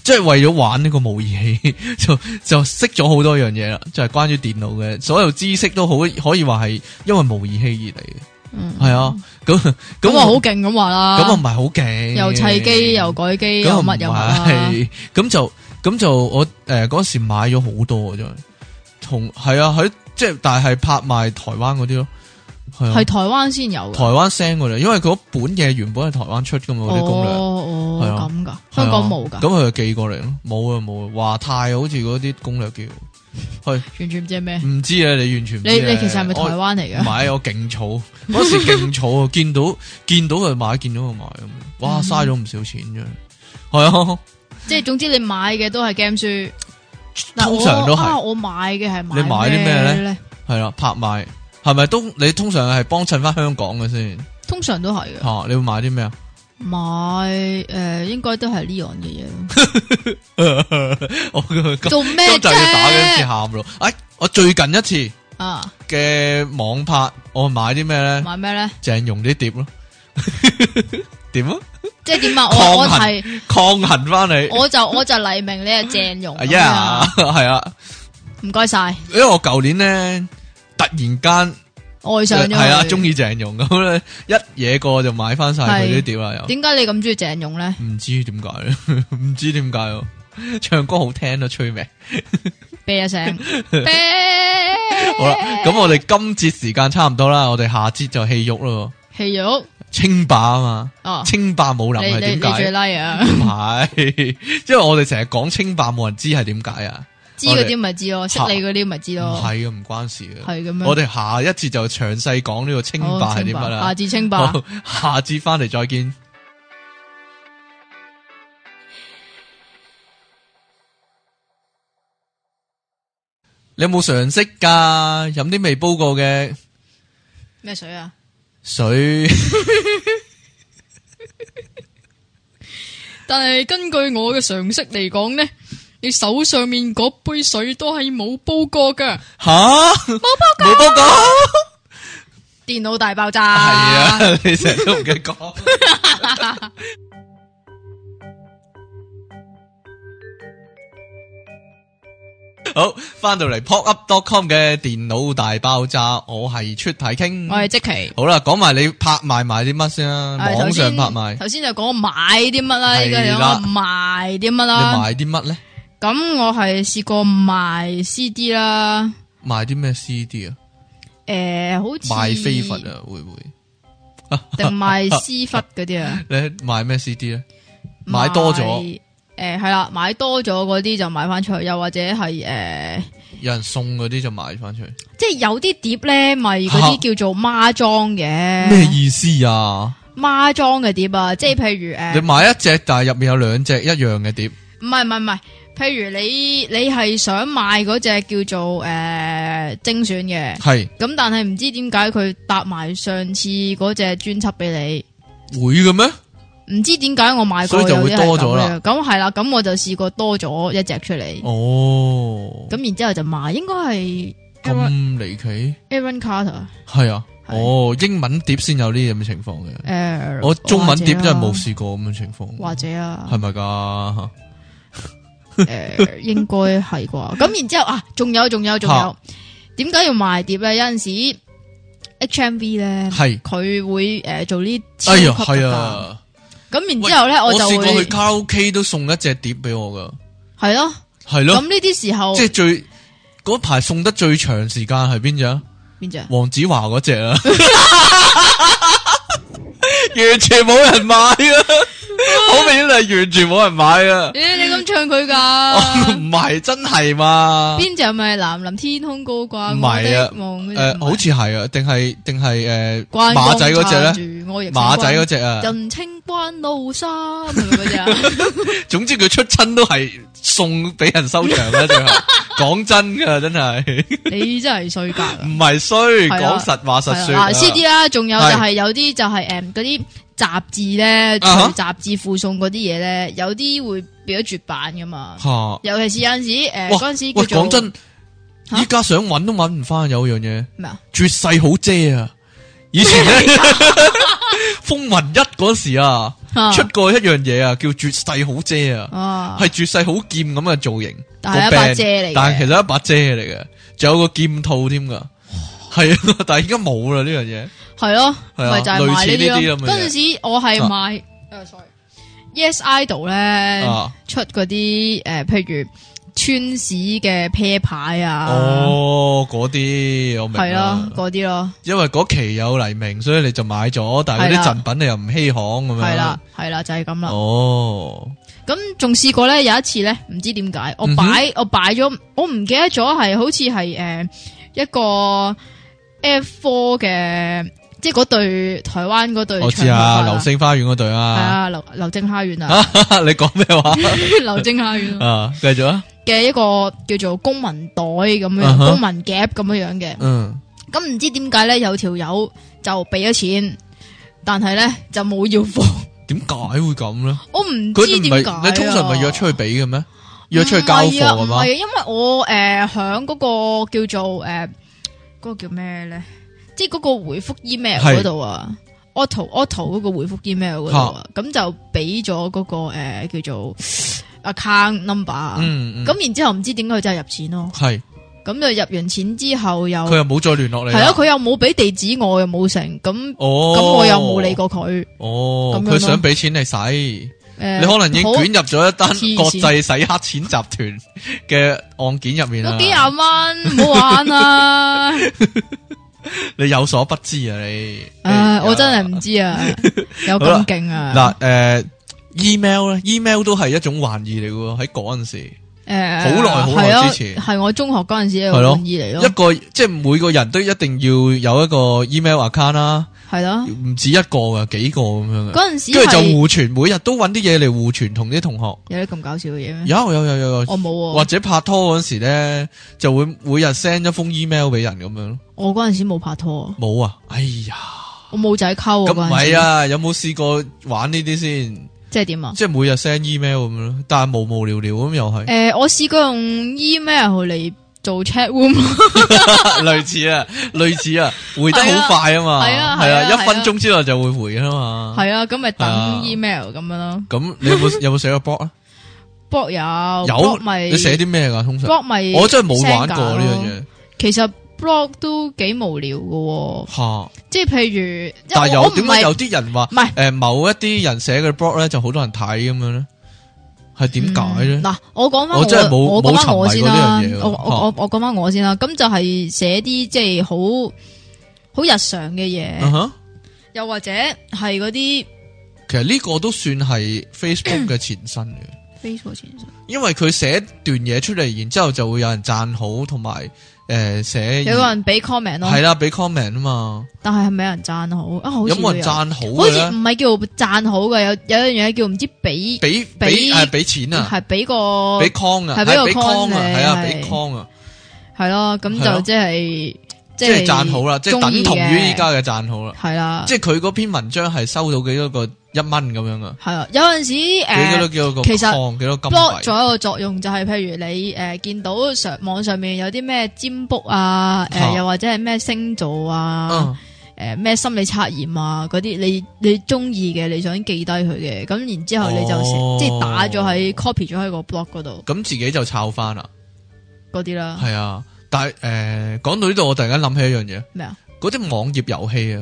即係為咗玩呢個模擬器，就就識咗好多樣嘢啦，就係、關於電腦嘅所有知識都好，可以話係因為模擬器而嚟嘅。嗯系啊，咁咁咁我好勁咁話啦。咁啊啊唔係好勁，又砌機又改機又乜又啊乜啦。系，咁就咁就我诶嗰時買咗好多啊真係，同係啊喺即係但係拍賣台灣嗰啲咯，係啊係台灣先有嘅。台灣 send 過嚟，因為嗰本嘢原本係台灣出噶嘛嗰啲攻略，哦係啊哦，咁噶，香港冇係噶啊咁，佢就寄過嚟咯，冇啊冇啊，華泰好似嗰啲攻略叫，係完全唔知係咩。唔知啊你完全唔知你啊你其實係咪台我灣嚟唔嘅？係，我勁儲嗰時勁儲啊！見到見到佢買，見到佢買咁，哇！嗯嘥咗唔少錢啫，係啊，即係總之你買嘅都係 game 書。嗱通常都我啊係我買嘅係買你買啲咩呢咧？係啦，拍賣係咪都你通常係幫襯翻香港嘅先通常都係嘅。吓？你會買啲咩啊？買誒、呃、應該都係呢樣嘅嘢咯。 我今做咩今集要打嘅一次啫？喊咯！哎，我最近一次啊，嘅網拍，我買啲咩咧？買咩咧？鄭融啲碟咯，點啊？即係點啊？ 抗我我衡係抗衡翻你，我就我就黎明，你係鄭融哎咁呀，樣。係啊！唔該晒，因為我舊年咧突然間。愛上咗系啊，佢。中意鄭融咁咧，一嘢過就買翻晒佢啲碟啦，又點解你咁中意鄭融 咧？唔知點解咧，唔知點解喎唱歌好聽咯，啊吹咩？啤一聲，啤。好啦，咁我哋今節時間差唔多啦，我哋下節就戲肉咯，戲肉 清霸啊嘛，哦，清霸武林你係你你點最解？ like 啊？唔係， 因為我哋成日講清霸，冇人知係點解啊？知嗰啲咪知咯，識你嗰啲咪知唔咯，係啊，唔關事嘅。哦係咁樣。我哋下一節就詳細講呢個清好霸係清點白乜啦下。次清白。好，下節翻嚟再見。你有冇常識噶？飲啲未煲過嘅咩水啊？水，但係根據我嘅常識嚟講呢，你手上面嗰杯水都係冇煲過噶。吓冇煲過，冇煲過，電腦大爆炸。係啊！你成日都唔記得 講。好，翻到嚟 popup.com 嘅電腦大爆炸，我係出體傾，我係即奇。好啦，講埋你拍賣賣啲乜先係啦，網頭上先拍賣，頭先就講買啲乜啦，係依家又啦講賣啲乜你啦。賣啲乜咧？咁我係試過賣 CD 啦，賣啲咩 CD 啊？誒，好似賣飛佛，啊，會唔會？定賣絲忽嗰啲啊？你賣咩啊 CD 咧？ 買多咗，誒係啦，買多咗嗰啲就賣翻出去，又或者係誒，有人送嗰啲就賣翻出去，即係有啲碟咧，咪嗰啲叫做孖裝嘅，咩意思啊？孖裝嘅碟啊，即係譬如你誒，買一隻，但係入面有兩隻一樣嘅碟，唔係唔係唔係，譬如你你係想買嗰只叫做誒精選嘅，係咁但係唔知點解佢搭埋上次嗰只專輯俾會嘅咩？你，唔知點解我買所過以就有會啲係多咗咁啦嘅，咁係啦，咁我就試過多咗一隻出嚟，哦，嗯咁然之後就賣，應該係咁 Aaron 離奇， Aaron Carter。係啊，係哦，英文碟先有呢啲咁嘅情況嘅，诶，我中文碟真係冇事，試過咁嘅情況，呃或者啊嗯係，咪㗎？诶，应该系啩。咁然之后啊，仲有仲有仲有，點解要賣碟咧？有阵时 HMV 咧，係，佢會诶做呢超哎級呀，特係價。啊。咁然之後咧，我就試過會去卡拉 OK 都送一隻碟俾我噶，係咯。係咁咯，呢啲時候即係最嗰排送得最長時間係邊隻啊？邊只？黃子華嗰隻啊， 完全冇人 買啊！好明顯係完全冇人買啊！你你咁唱佢 我㗎？唔係真係嘛？邊只咪藍藍天空高掛唔我係的啊夢嗰隻？誒，好似係啊，定係定係誒馬仔嗰隻咧？咧馬仔嗰隻啊，人稱關路山 係咪嗰隻啊？ 總之佢出親都係送俾人收場啦，最後讲真噶，真系你真系衰格啊唔！系衰，係讲啊实话实係说啦啊。嗱，C D 啦，仲有係就係有啲就係诶嗰啲雜誌咧，除啊哈雜誌附送嗰啲嘢咧，有啲會變咗絕版噶嘛。吓，尤其是有阵时诶哇嗰阵时叫喂，做讲真，嚇依家想揾都揾唔翻，有樣嘢咩啊？絕世好遮啊！以 前咧，風雲一嗰時啊，啊出過一樣嘢啊，叫絕世好遮啊，啊，係絕世好劍咁嘅造型，但係一把遮嚟嘅但係其實一把遮嚟嘅，仲有個劍套添噶，係啊， 但係而家冇啦呢樣嘢，係咯，係啊咪就係賣呢類似呢啲啲咁嘅咯。嘢啊嗰阵时我係買诶，sorry。Yes Idol 咧啊，出嗰啲诶，譬如川市嘅啤牌啊，哦，嗰啲我明係啦咯，嗰啲咯，因為嗰期有黎明，所以你就買咗，但係嗰係啦啲贈品你又唔稀罕咁樣，係啦，係啦，就係咁啦。哦。咁仲試過咧，有一次咧，唔知點解，嗯我擺、我擺咗，我唔記得咗係好似係诶一個 F 4嘅，即係嗰對台灣嗰對我長知頭啊，髮流星花園嗰隊係啊，啊，流流精花園 啊， 你講咩話流精花園啊啊？繼續啊，嘅一個叫做公民袋咁樣，啊哈公民夾咁樣樣嘅。嗯，咁唔知點解咧，有條友就俾咗錢，但係咧就冇要貨， 點解會咁咧？我唔佢哋知唔點解啊。係你通常咪約出去俾嘅咩？約出去交貨唔嘅係啊，唔係啊嘛？因為我诶响嗰個叫做诶嗰、個叫咩咧，即係嗰個回覆 email 係嗰度啊，auto auto 嗰個回覆 email 嗰度啊，咁就俾咗嗰個诶、呃叫做 account number 啊。嗯，咁然之後唔知點解佢真係入錢咯，系咁就入完錢之後又佢又冇再聯絡你係啊啦。咯，佢又冇俾地址我，又冇成，咁哦，咁我又冇理。過佢。咁哦，樣咯佢想俾錢你使，誒你可能已經好啊捲入咗一單黐線國際洗黑錢集團嘅案件入面嗰啊啦。幾廿蚊，唔好玩啦！你有所不知啊，你。唉，我係。真系唔知 啊，有好啦咁勁啊！嗱，诶，email 咧，email 都係一種玩意嚟嘅喎，喺嗰陣時。诶，好耐好耐之前系我中學嗰阵时嘅係咯玩意嚟一咯，個即係每個人都一定要有一個 email account 啦，係咯，唔止一個噶，幾個咁樣嘅。嗰阵时跟住就係互傳，每日都揾啲嘢嚟互傳同啲同學。有啲咁搞笑嘅嘢咩？有有有有有，我冇或喎，者拍拖嗰時咧，就會每日 send 一封 email 俾人咁樣咯。我嗰阵时冇拍拖啊，冇啊，哎呀，我冇仔溝咁啊，唔嗰陣時係，啊，有冇試過玩呢啲先？即係點啊？即係每日 send email 咁樣咯，但係無無聊聊咁又 係。诶，我試過用 email 嚟做 chat room，類似啊，類似啊，回得好快啊嘛，係啊係啊係啊，係啊一分鐘之內就會回啊嘛。係啊，咁咪係啊等 email 咁樣咯咁你有冇有冇寫過 blog 啊？ ，blog 有有 blog 咪你寫啲咩噶？通常 blog 咪，我真係冇玩過呢樣嘢。嘢其實 blog 都幾無聊嘅喎，吓，即係譬如，但係我有唔點解係有啲人話唔係诶某一啲人寫嘅 blog 咧就好多人睇咁樣咧，係點解咧嗯？嗱，我講翻我真係冇我講翻我先啦冇沉迷過呢樣嘢，喎啊哦我我我我講翻我先啦。咁就係寫啲即係好好日常嘅嗯嘢，哼，又或者係嗰啲其實呢個都 算係 Facebook 嘅前身嘅， Facebook 前身因為佢寫段嘢出嚟，然之后就會有人讚好，同埋诶写有個人俾 comment 咯，係啦，俾 comment 啊嘛，但係係咪有人讚好啊？好似有冇人會有讚好好嘅似咧？唔係叫讚好嘅，有有樣嘢叫唔知俾俾俾俾诶俾錢啊，係俾個俾 con 啊，係俾係個俾 con con 啊，係啊，你俾係 con 啊。係咯，咁係咯就即係即即係係讚好啦，即係等同於依家嘅讚好啦。係啦，即係佢嗰篇文章係收到幾多個一蚊咁樣啊？係啊，有陣時幾誒多。幾多個其實礦幾多金 block 幣？咗一個作用，就係譬如你诶、呃、见到上網上面有啲咩占卜啊，诶、嚇又或者係咩星座啊，嗯，诶、咩心理測驗啊嗰啲，你你中意嘅，你想記低佢嘅，咁然之后你就寫、哦即係打咗喺 copy 咗喺個 block 嗰度咁自己就抄翻啦。嗰啲啦，係啊，但係誒講到呢度，我突然間諗起一樣嘢，咩啊？嗰啲網頁遊戲啊，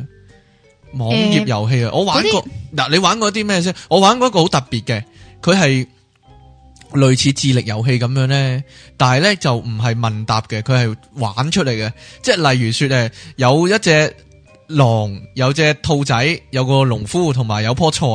網頁遊戲啊，我玩過嗱，你玩過啲咩先？我玩過一個好特別嘅，佢係類似智力遊戲咁樣咧，但係咧就唔係問答嘅，佢係玩出嚟嘅，即係例如說誒有一隻狼，有隻兔仔，有個農夫，同埋有棵菜，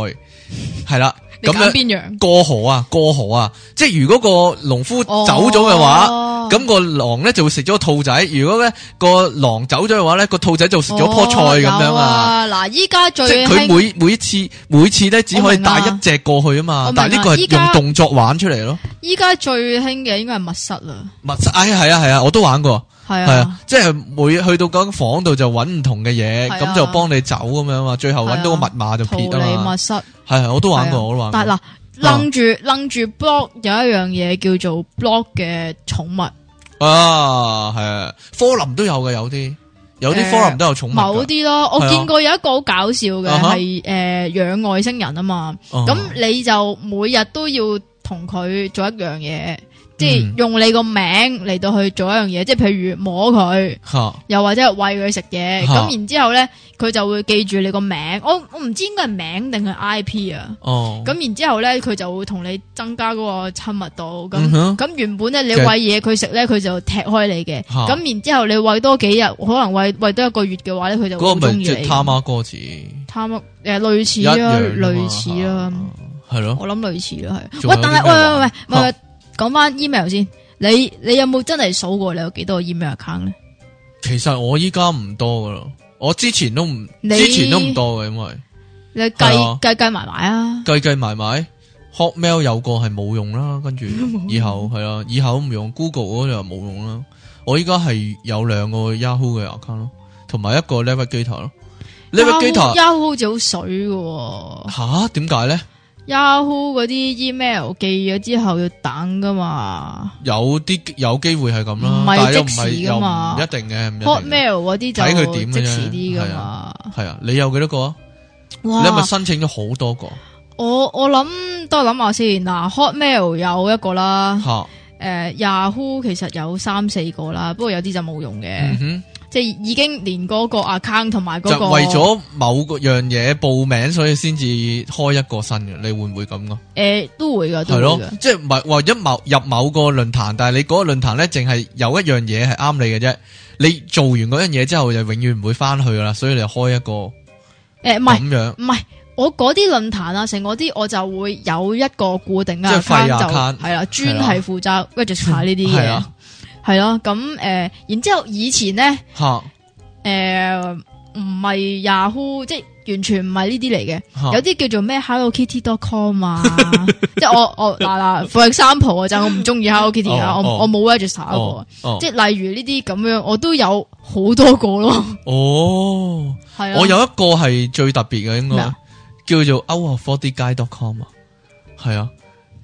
係啦，你咁揀樣邊樣？過河啊，過河啊，即係如果個農夫走咗嘅話。哦哦，咁個狼咧就會食咗個兔仔，如果咧個狼走咗嘅話咧，個兔仔就食咗棵菜咁樣有啊！啊！嗱，依家即最係佢興每每一次每次咧只可以我明帶啊一隻過去啊嘛我，明啊但係呢個係依家用動作玩出嚟咯。依家最興嘅應該係密室啦，密室，哎係啊係啊，我都玩過，係係啊啊，，即係每去到間房度就揾唔同嘅嘢，係啊咁就幫你走咁樣啊嘛，最後揾到個密碼就逃撇離啊嘛密，室。係係我都玩過，我都玩過。但係嗱，啊楞住楞住 blog 有一樣嘢叫做 blog 嘅寵物，啊，系啊，科林都有嘅，有啲有啲誒科林都有寵物㗎某啲咯。係我啊見過有一個好搞笑嘅啊哈係誒養外星人啊嘛，哦咁你就每日都要同佢做一樣嘢，即嗯係用你個名嚟到去做一樣嘢，即係譬如摸佢。嚇又或者係喂佢食嘢，嚇咁然之後咧，佢就會記住你個名。我我唔知應該係名定係 I P 啊。哦，咁然之後咧，佢就會同你增加嗰個親密度。嗯哼咁咁原本咧，你其實喂嘢佢食咧，佢就踢開你嘅。嚇咁然之後你喂多幾日，可能喂喂多一個月嘅話咧，佢就會嗰個好中咪意即你。係他媽歌詞貪啊，誒類一似樣啊，㗎嘛類似啊，，係咯，我諗類似啦，係。仲有喂，但啲係咩喂喂玩喂喂喂，講翻 email 先。你你有冇真係數過你有幾多個 email account 咧？其實我依家唔多噶咯，我之前都唔你之前都唔多嘅，因為你係啊計計計埋埋啊！計計埋埋。Hotmail 有個係冇用啦，跟住以後係啦，以後唔用 Google 嗰就冇用啦。我依家係有兩個 Yahoo 嘅 account 咯，同埋一個 Navigator 咯。Navigator Yahoo 好似好水嘅喎吓點解咧？ ，Yahoo 嗰啲 email 寄咗之後要等噶嘛有啲有機會係咁啦，唔係但係又唔即時係㗎又唔嘛一定嘅，唔一定嘅，Hotmail 嗰啲睇佢就點嘅啫即時啲噶係嘛。係啊，你有幾多個啊？你係咪哇，申請咗好 多個？我我諗都係諗下先嗱，Hotmail 有一個啦，吓，誒 Yahoo 其實有三四個啦，不過有啲就冇用嘅嗯，哼，即係已經連嗰個 account 同埋嗰就個為咗某個樣嘢報名，所以先至開一個新嘅，你會唔會咁噶？誒呃都會噶，都係會咯噶，，即係唔係為咗某入某個論壇，但係你嗰個論壇咧，淨係有一樣嘢係啱你嘅啫。你做完嗰樣嘢之後，就永遠唔會翻去噶啦，所以你就開一個呃誒唔係。咁樣，唔係，我嗰啲論壇啊，成嗰啲我就會有一個固定嘅即係廢 account 就 account 係啦，專係負責 register 呢啲係嘢啊，係咯。咁诶，誒然之后以前咧，吓诶唔係 Yahoo，即系完全唔係呢啲嚟嘅，吓有啲叫做咩 Hello Kitty.com 啊， 即系我我嗱嗱，for example 啊，就係我唔中意 Hello Kitty 啊，哦我哦我冇 register 過啊哦，哦即系例如呢啲咁樣，我都有好多個咯，哦。係啊，我有一個係最特別嘅，應該咩啊叫做 out of 4dguy.com 啊，係啊，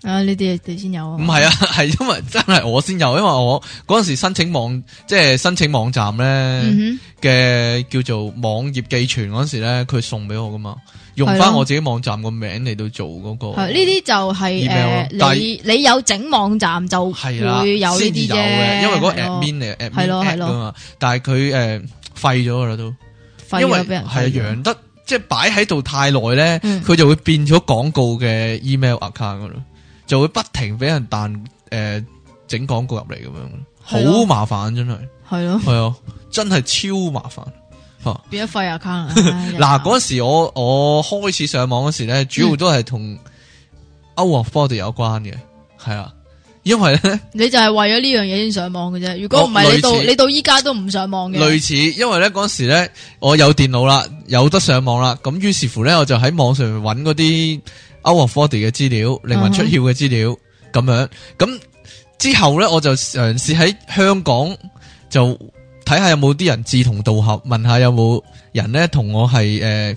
啊呢啲你先有啊唔，係啊， 係因為真係我先有，因為我嗰阵时申請網，即係申請網站咧嗯嘅、叫做網頁寄存嗰阵时咧，佢送俾我噶嘛，用係翻咯我自己網站個名嚟到做嗰、個，系呢啲就係 email 咯诶，但係你你有整網站就會係有呢啦，先至啲有啫，嘅，因為嗰個係咯 admin 嚟嘅係，admin 咯 app 係咯噶嘛，但係佢诶廢咗噶啦都。廢因咗為俾人係啊廢咗養得即係擺喺度太耐咧，嗯佢、就會變咗廣告嘅 email account 噶啦，就會不停俾人彈诶、呃整廣告入嚟咁係啊樣，咯好麻煩真係，係咯，係 啊，真係超麻煩。變咗廢 account 啊唉真係嗱嗰時我我開始上網嗰時咧，主要都係同 out of body 有關嘅，係啊，因為咧。你就係為咗呢樣嘢先上網嘅啫，如果唔係你到我類似你到依家都唔上網嘅，類似，因為咧嗰時咧，我有電腦啦，有得上網啦，咁於是乎咧，我就喺網上面揾嗰啲 out of body 嘅資料、靈嗯魂出竅嘅資料咁、樣。咁之後咧，我就嘗試喺香港就睇下有冇啲人志同道合，問下有冇人咧同我係誒、呃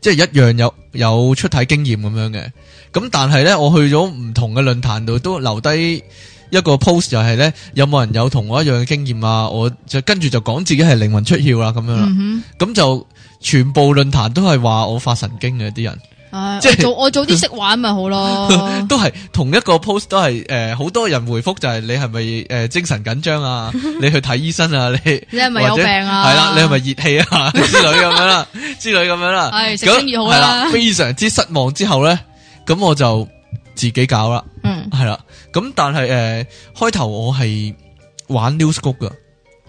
即係一樣有有出體經驗咁樣嘅。咁但係咧，我去咗唔同嘅論壇度都留低。一個 post 就係咧，有冇人有同我一樣嘅經驗啊？我就跟住就講自己係靈魂出竅啦，咁樣啦，嗯咁、就全部論壇都係話我發神經嘅啲人，哼，唉，即係我做我做 啲識玩咪好咯，都係同一個 post 都係诶，呃好、多人回覆就係你係咪诶精神緊張啊？你去睇醫生啊？你你係咪有或者病啊？係啦，你係咪熱氣 啊？之類咁樣啦，之類咁樣啦，係啊食咁清熱好係啦啦，非常之失望之後咧，咁我就自己搞啦。嗯系啦，咁但系诶、呃、开头我系玩 New Scoop 噶，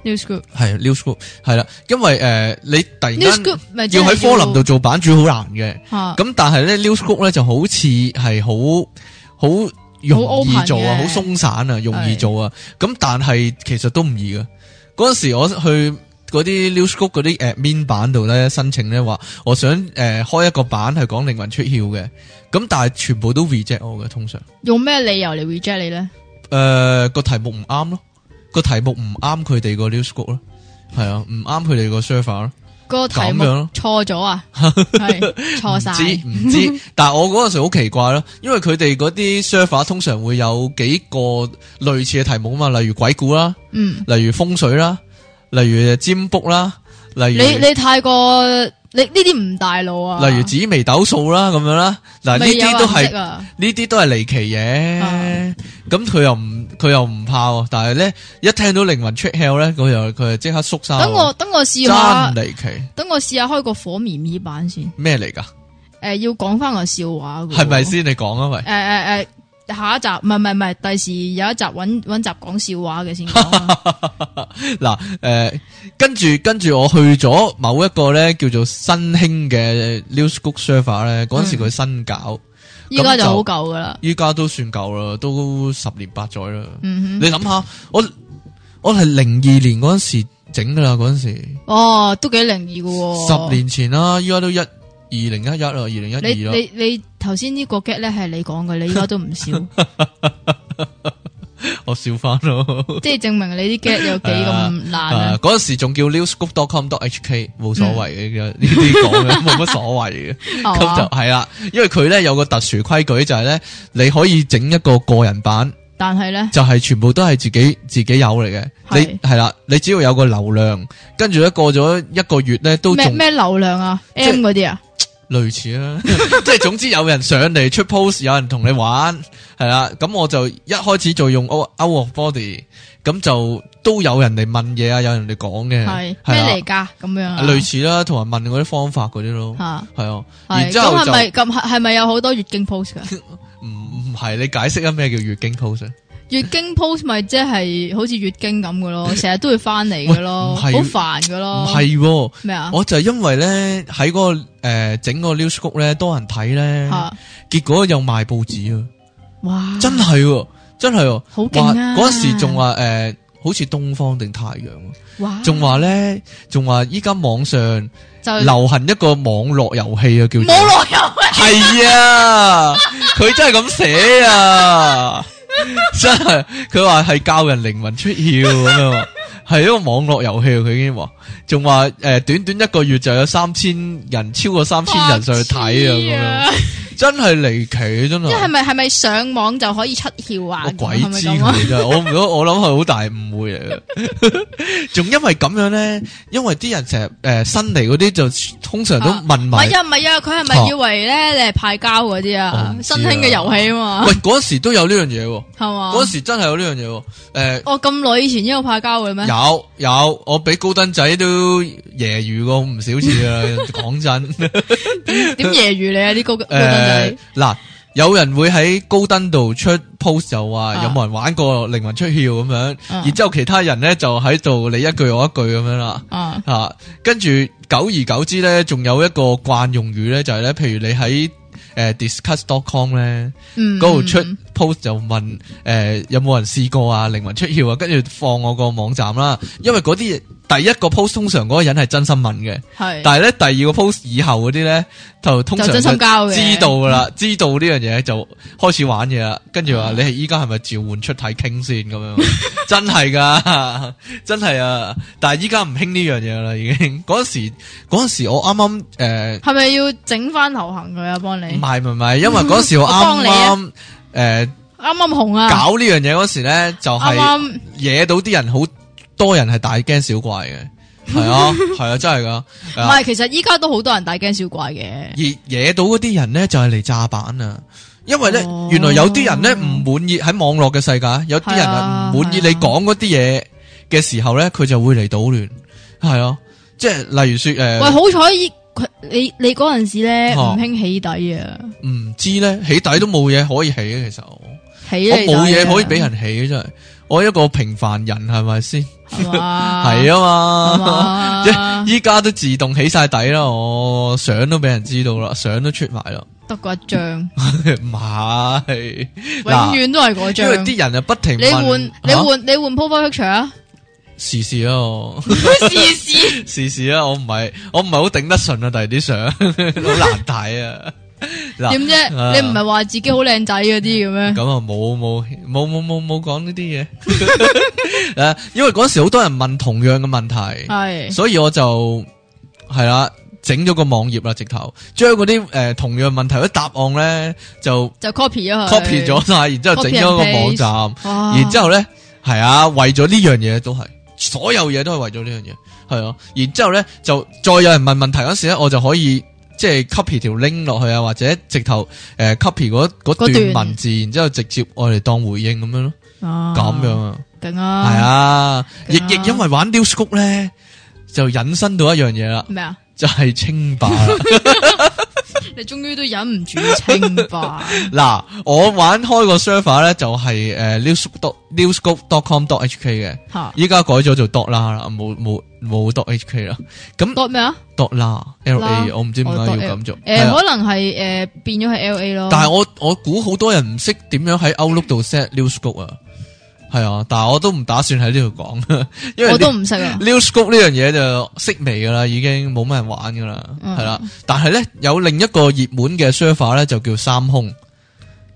，news group 系 New Scoop 系啦，因为诶、呃你突然 news 间 group 咪要真係喺科林度做版主好难嘅，嚇咁但系咧 New Scoop 咧就好似系好好容易做好啊，好 open 嘅鬆散啊，容易做啊。咁但係其實都唔易噶。嗰陣時我去嗰啲 Newscoop 嗰啲誒 min 版度咧申請咧話，我想誒、呃、開一個版係講靈魂出竅嘅。咁但係全部都 reject 我嘅，通常用咩理由嚟 reject 你咧？誒個、題目唔啱咯，個題目唔啱佢哋個 Newscoop 咯，係啊，唔啱佢哋個 server 咯。個題目咁樣咯錯咗 啊，係錯晒唔。知唔知，但系我嗰阵时好奇怪咯，因為佢哋嗰啲 server 通常會有幾個類似嘅題目啊嘛，例如鬼故啦，嗯，例如風水啦，例如占卜啦，例如你你太過你呢啲唔大路啊。例如紫微斗數啦咁樣啦，嗱呢未有人識啊，啲都係呢啲都係離奇嘢啊，咁佢、又唔佢又唔怕喎，但係咧一聽到靈魂出竅咧，佢又佢就即刻縮晒喎。等我等我試啊真下，離奇等我試下開個火咪咪版先。咩嚟㗎？诶，要講翻個笑話㗎喎係咪？先？你講啊喂！诶诶诶，呃下一集唔係唔係唔係，第時有一集揾揾集講笑話嘅先講啊。 嗱，诶、呃跟住跟住我去咗某一個咧叫做新興嘅 Newscook server 咧，嗰阵时佢新搞，嗯依家就好舊噶啦。依家都算舊啦，都十年八載啦。嗯哼，你諗下，我我系零二年嗰阵时整噶啦，嗰阵时哦，都幾靈異噶喎。十年前啦，依家都一二零一一啦，二零一啊你二啦，你你頭先呢個 get 咧係你講嘅，你依家都唔 少，我笑翻咯。即係證明你啲 get 有幾咁爛啊啊！嗰阵时仲叫 newscoop.com.hk，冇所謂嘅嗯呢啲講嘅，冇乜所謂嘅。係咁嘛就係啦，因為佢咧有個特殊規矩就係咧，你可以整一個個人版，但係咧，就係全部都係自己自己有嚟嘅。係你係啦，你只要有個流量，跟住咧過咗一個月咧都咩仲咩流量啊即係，M 嗰啲啊，類似啦， 即係總之有人上嚟出 post，有人同你玩，係啦。咁我就一開始就用 out of body，咁就都有人嚟問嘢啊，有人嚟講嘅，係咩係嚟㗎？咁樣啦，啊，類似啦，同埋問嗰啲方法嗰啲咯，吓，係啊。係然之咁後係就。咪咁係係咪有好多月經 post 㗎？唔唔系，你解釋一咩叫月經 pose？啊月經 post 咪即係好似月經咁嘅 咯，成日都會翻嚟嘅咯，好喂唔係煩嘅唔咯，係喎，咩啊？我就係因為咧喺嗰個诶整個 news 谷咧多人睇咧，吓，結果又賣報紙啊！哇，真係喎，真係喎，好勁話啊！嗰陣時仲話诶，誒好似東方定太陽啊，哇，仲話咧，仲話依家網上就流行一個網絡遊戲啊，叫做冇內容啊！係啊，佢真係咁寫啊，真係佢話係教人靈魂出竅咁樣喎，係一個網絡遊戲啊佢已經話，仲話诶短短一個月就有三千人，超過三千人上去睇啊白痴啊！咁樣，真係離奇真即係係，咪係咪上網就可以出竅啊？我鬼係咪知咁啊佢真係，我唔我諗係好大誤會嚟嘅，仲因為咁樣咧，因為啲人成日诶新嚟嗰啲就通常都問唔埋係。啊，唔係啊，佢係啊咪以為咧你係派膠嗰啲我啊唔？知啊新興嘅遊戲啊嘛喂，，嗰時都有呢樣嘢喎。係嘛？嗰時真係有呢樣嘢喎，呃诶、我咁耐以前已經有派膠嘅咩？有有，我俾高登仔都揶揄過唔少 次啊！講真，點揶揄你啊？呢高高登诶仔，嗱、有人會喺高登度出 post 就話啊有冇人玩過靈魂出竅咁樣，啊然之后其他人咧就喺度你一句我一句咁樣啦。啊，吓、跟住久而久之咧，仲有一個慣用語咧，就係呢：咧，譬如你喺诶 discuss.com 咧。嗯，嗰度出 post 就問誒、呃有冇人試過啊靈魂出竅啊，跟住放我個網站啦。因為嗰啲第一個 post 通常嗰個人係真心問嘅，係，但係咧第二個 post 以後嗰啲咧就通常就真心交嘅嗯知道噶啦，知道呢樣嘢就開始玩嘢啦。跟住啊話你係依家係咪召喚出體傾先咁 樣？真係噶，真係啊！但係依家唔興呢樣嘢啦，已經 嗰陣時嗰陣時我啱啱誒。呃係咪要整翻流行佢啊？幫你唔係唔係，因為嗰時我我幫啱你啊啱呃诶啱啱紅啊，搞呢樣嘢嗰時咧，就啱係啱惹到啲人好多人係大驚小怪嘅，係啊係啊真係噶，唔啊係，其實依家都好多人大驚小怪嘅，而惹到嗰啲人咧就係嚟炸板啊！因為咧，哦原來有啲人咧唔滿意喺網絡嘅世界，有啲人係啊係唔滿意你係啊講嗰啲嘢嘅時候咧，佢就會嚟搗亂，係啊，即係例如说诶，喂，呃好彩依佢你你嗰陣時咧啊唔興起底啊，唔知咧起底都冇嘢可以起嘅，其實我。起我你冇底嘢啊可以俾人起真係，我一個平凡人係咪先？系嘛？ 係啊係嘛，嘛， 即依家都自動起晒底啦，我相都俾人知道啦，相都出埋啦， 得嗰一張，唔係永嗱，遠都係嗰因為張。啲人啊不停你換問你嚇換你換 profile picture 啊？時事啊，我 試試時事啊，我唔係我唔係好頂得順啊，第二啲相 好難睇 啊，嗱點 啊啫？你唔係話自己好靚仔嗰啲嘅咩？咁啊，冇冇冇冇冇冇讲呢啲嘢。 诶，因為嗰時好多人問同樣嘅問題，係所以我就係啦，整咗個網頁啦，直頭將嗰啲诶同樣問題嗰啲答案咧就就 copy 咗佢 copy 咗晒，然之后 Copy 整咗個 and 網 paste 站，哇，然之后咧系啊，為咗呢樣嘢都係，所有嘢都係為咗呢樣嘢，係啊，然之后咧就再有人問問題嗰時咧，我就可以。即係 copy 條 link 落去啊，或者直頭诶 copy 嗰嗰嗰段段文字，然之後直接我嚟當回應咁樣咯。啊咁樣啊，勁啊，係啊，亦勁啊亦因為玩 New Scoop 咧，就引申到一樣嘢啦，咩啊？就係清霸啦。你終於都忍唔住清吧？嗱，我玩開個 server 咧，就係诶 New Scoop New Scoop dot com dot HK 嘅，吓依家改咗做 dot 啦啦，冇冇冇 dot HK 啦多咩啊？ ，dot 啦 L A，啦我唔知點解我呃 dot 要咁做，诶，係啊可能係诶變咗係 L A 咯。但係我我估好多人唔識點樣喺 Outlook 度 set New Scoop 啊，係啊，但係我都唔打算喺呢度講， 因為我呢都唔識啊。 New Scoop 呢樣嘢就識微噶啦，已經冇乜人玩噶啦，嗯係啦、但係咧有另一個熱門嘅 server 咧，就叫三空，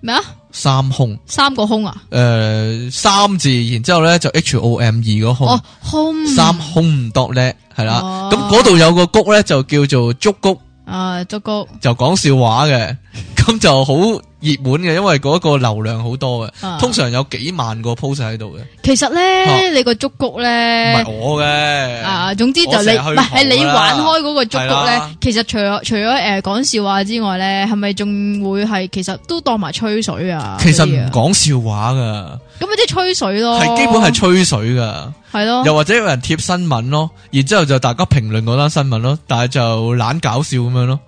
咩啊？三空，三個空啊？诶、呃三字，然之后咧就 H O M 二嗰空，哦，空三空唔多叻，係啦。哦咁嗰度有個谷咧就叫做竹谷，啊，竹谷就講笑話嘅， 咁就好熱門嘅，因為嗰個流量好多嘅，啊通常有幾萬個 post 喺度嘅，唔其實啊咧，你個竹谷咧係。我嘅。啊，总之就我成你日唔去蒲系系你㗎啦玩開嗰個竹係谷咧啦，其實除咗除咗诶讲笑話之外咧，係咪仲會係其實都當埋吹水啊？其實嗰啲唔啊哦講笑話噶，咁咪即係吹水咯，係基本係吹水噶。系咯，又或者有人貼新聞咯，然之后就大家評論嗰單新聞咯，但係就懶搞笑咁樣咯，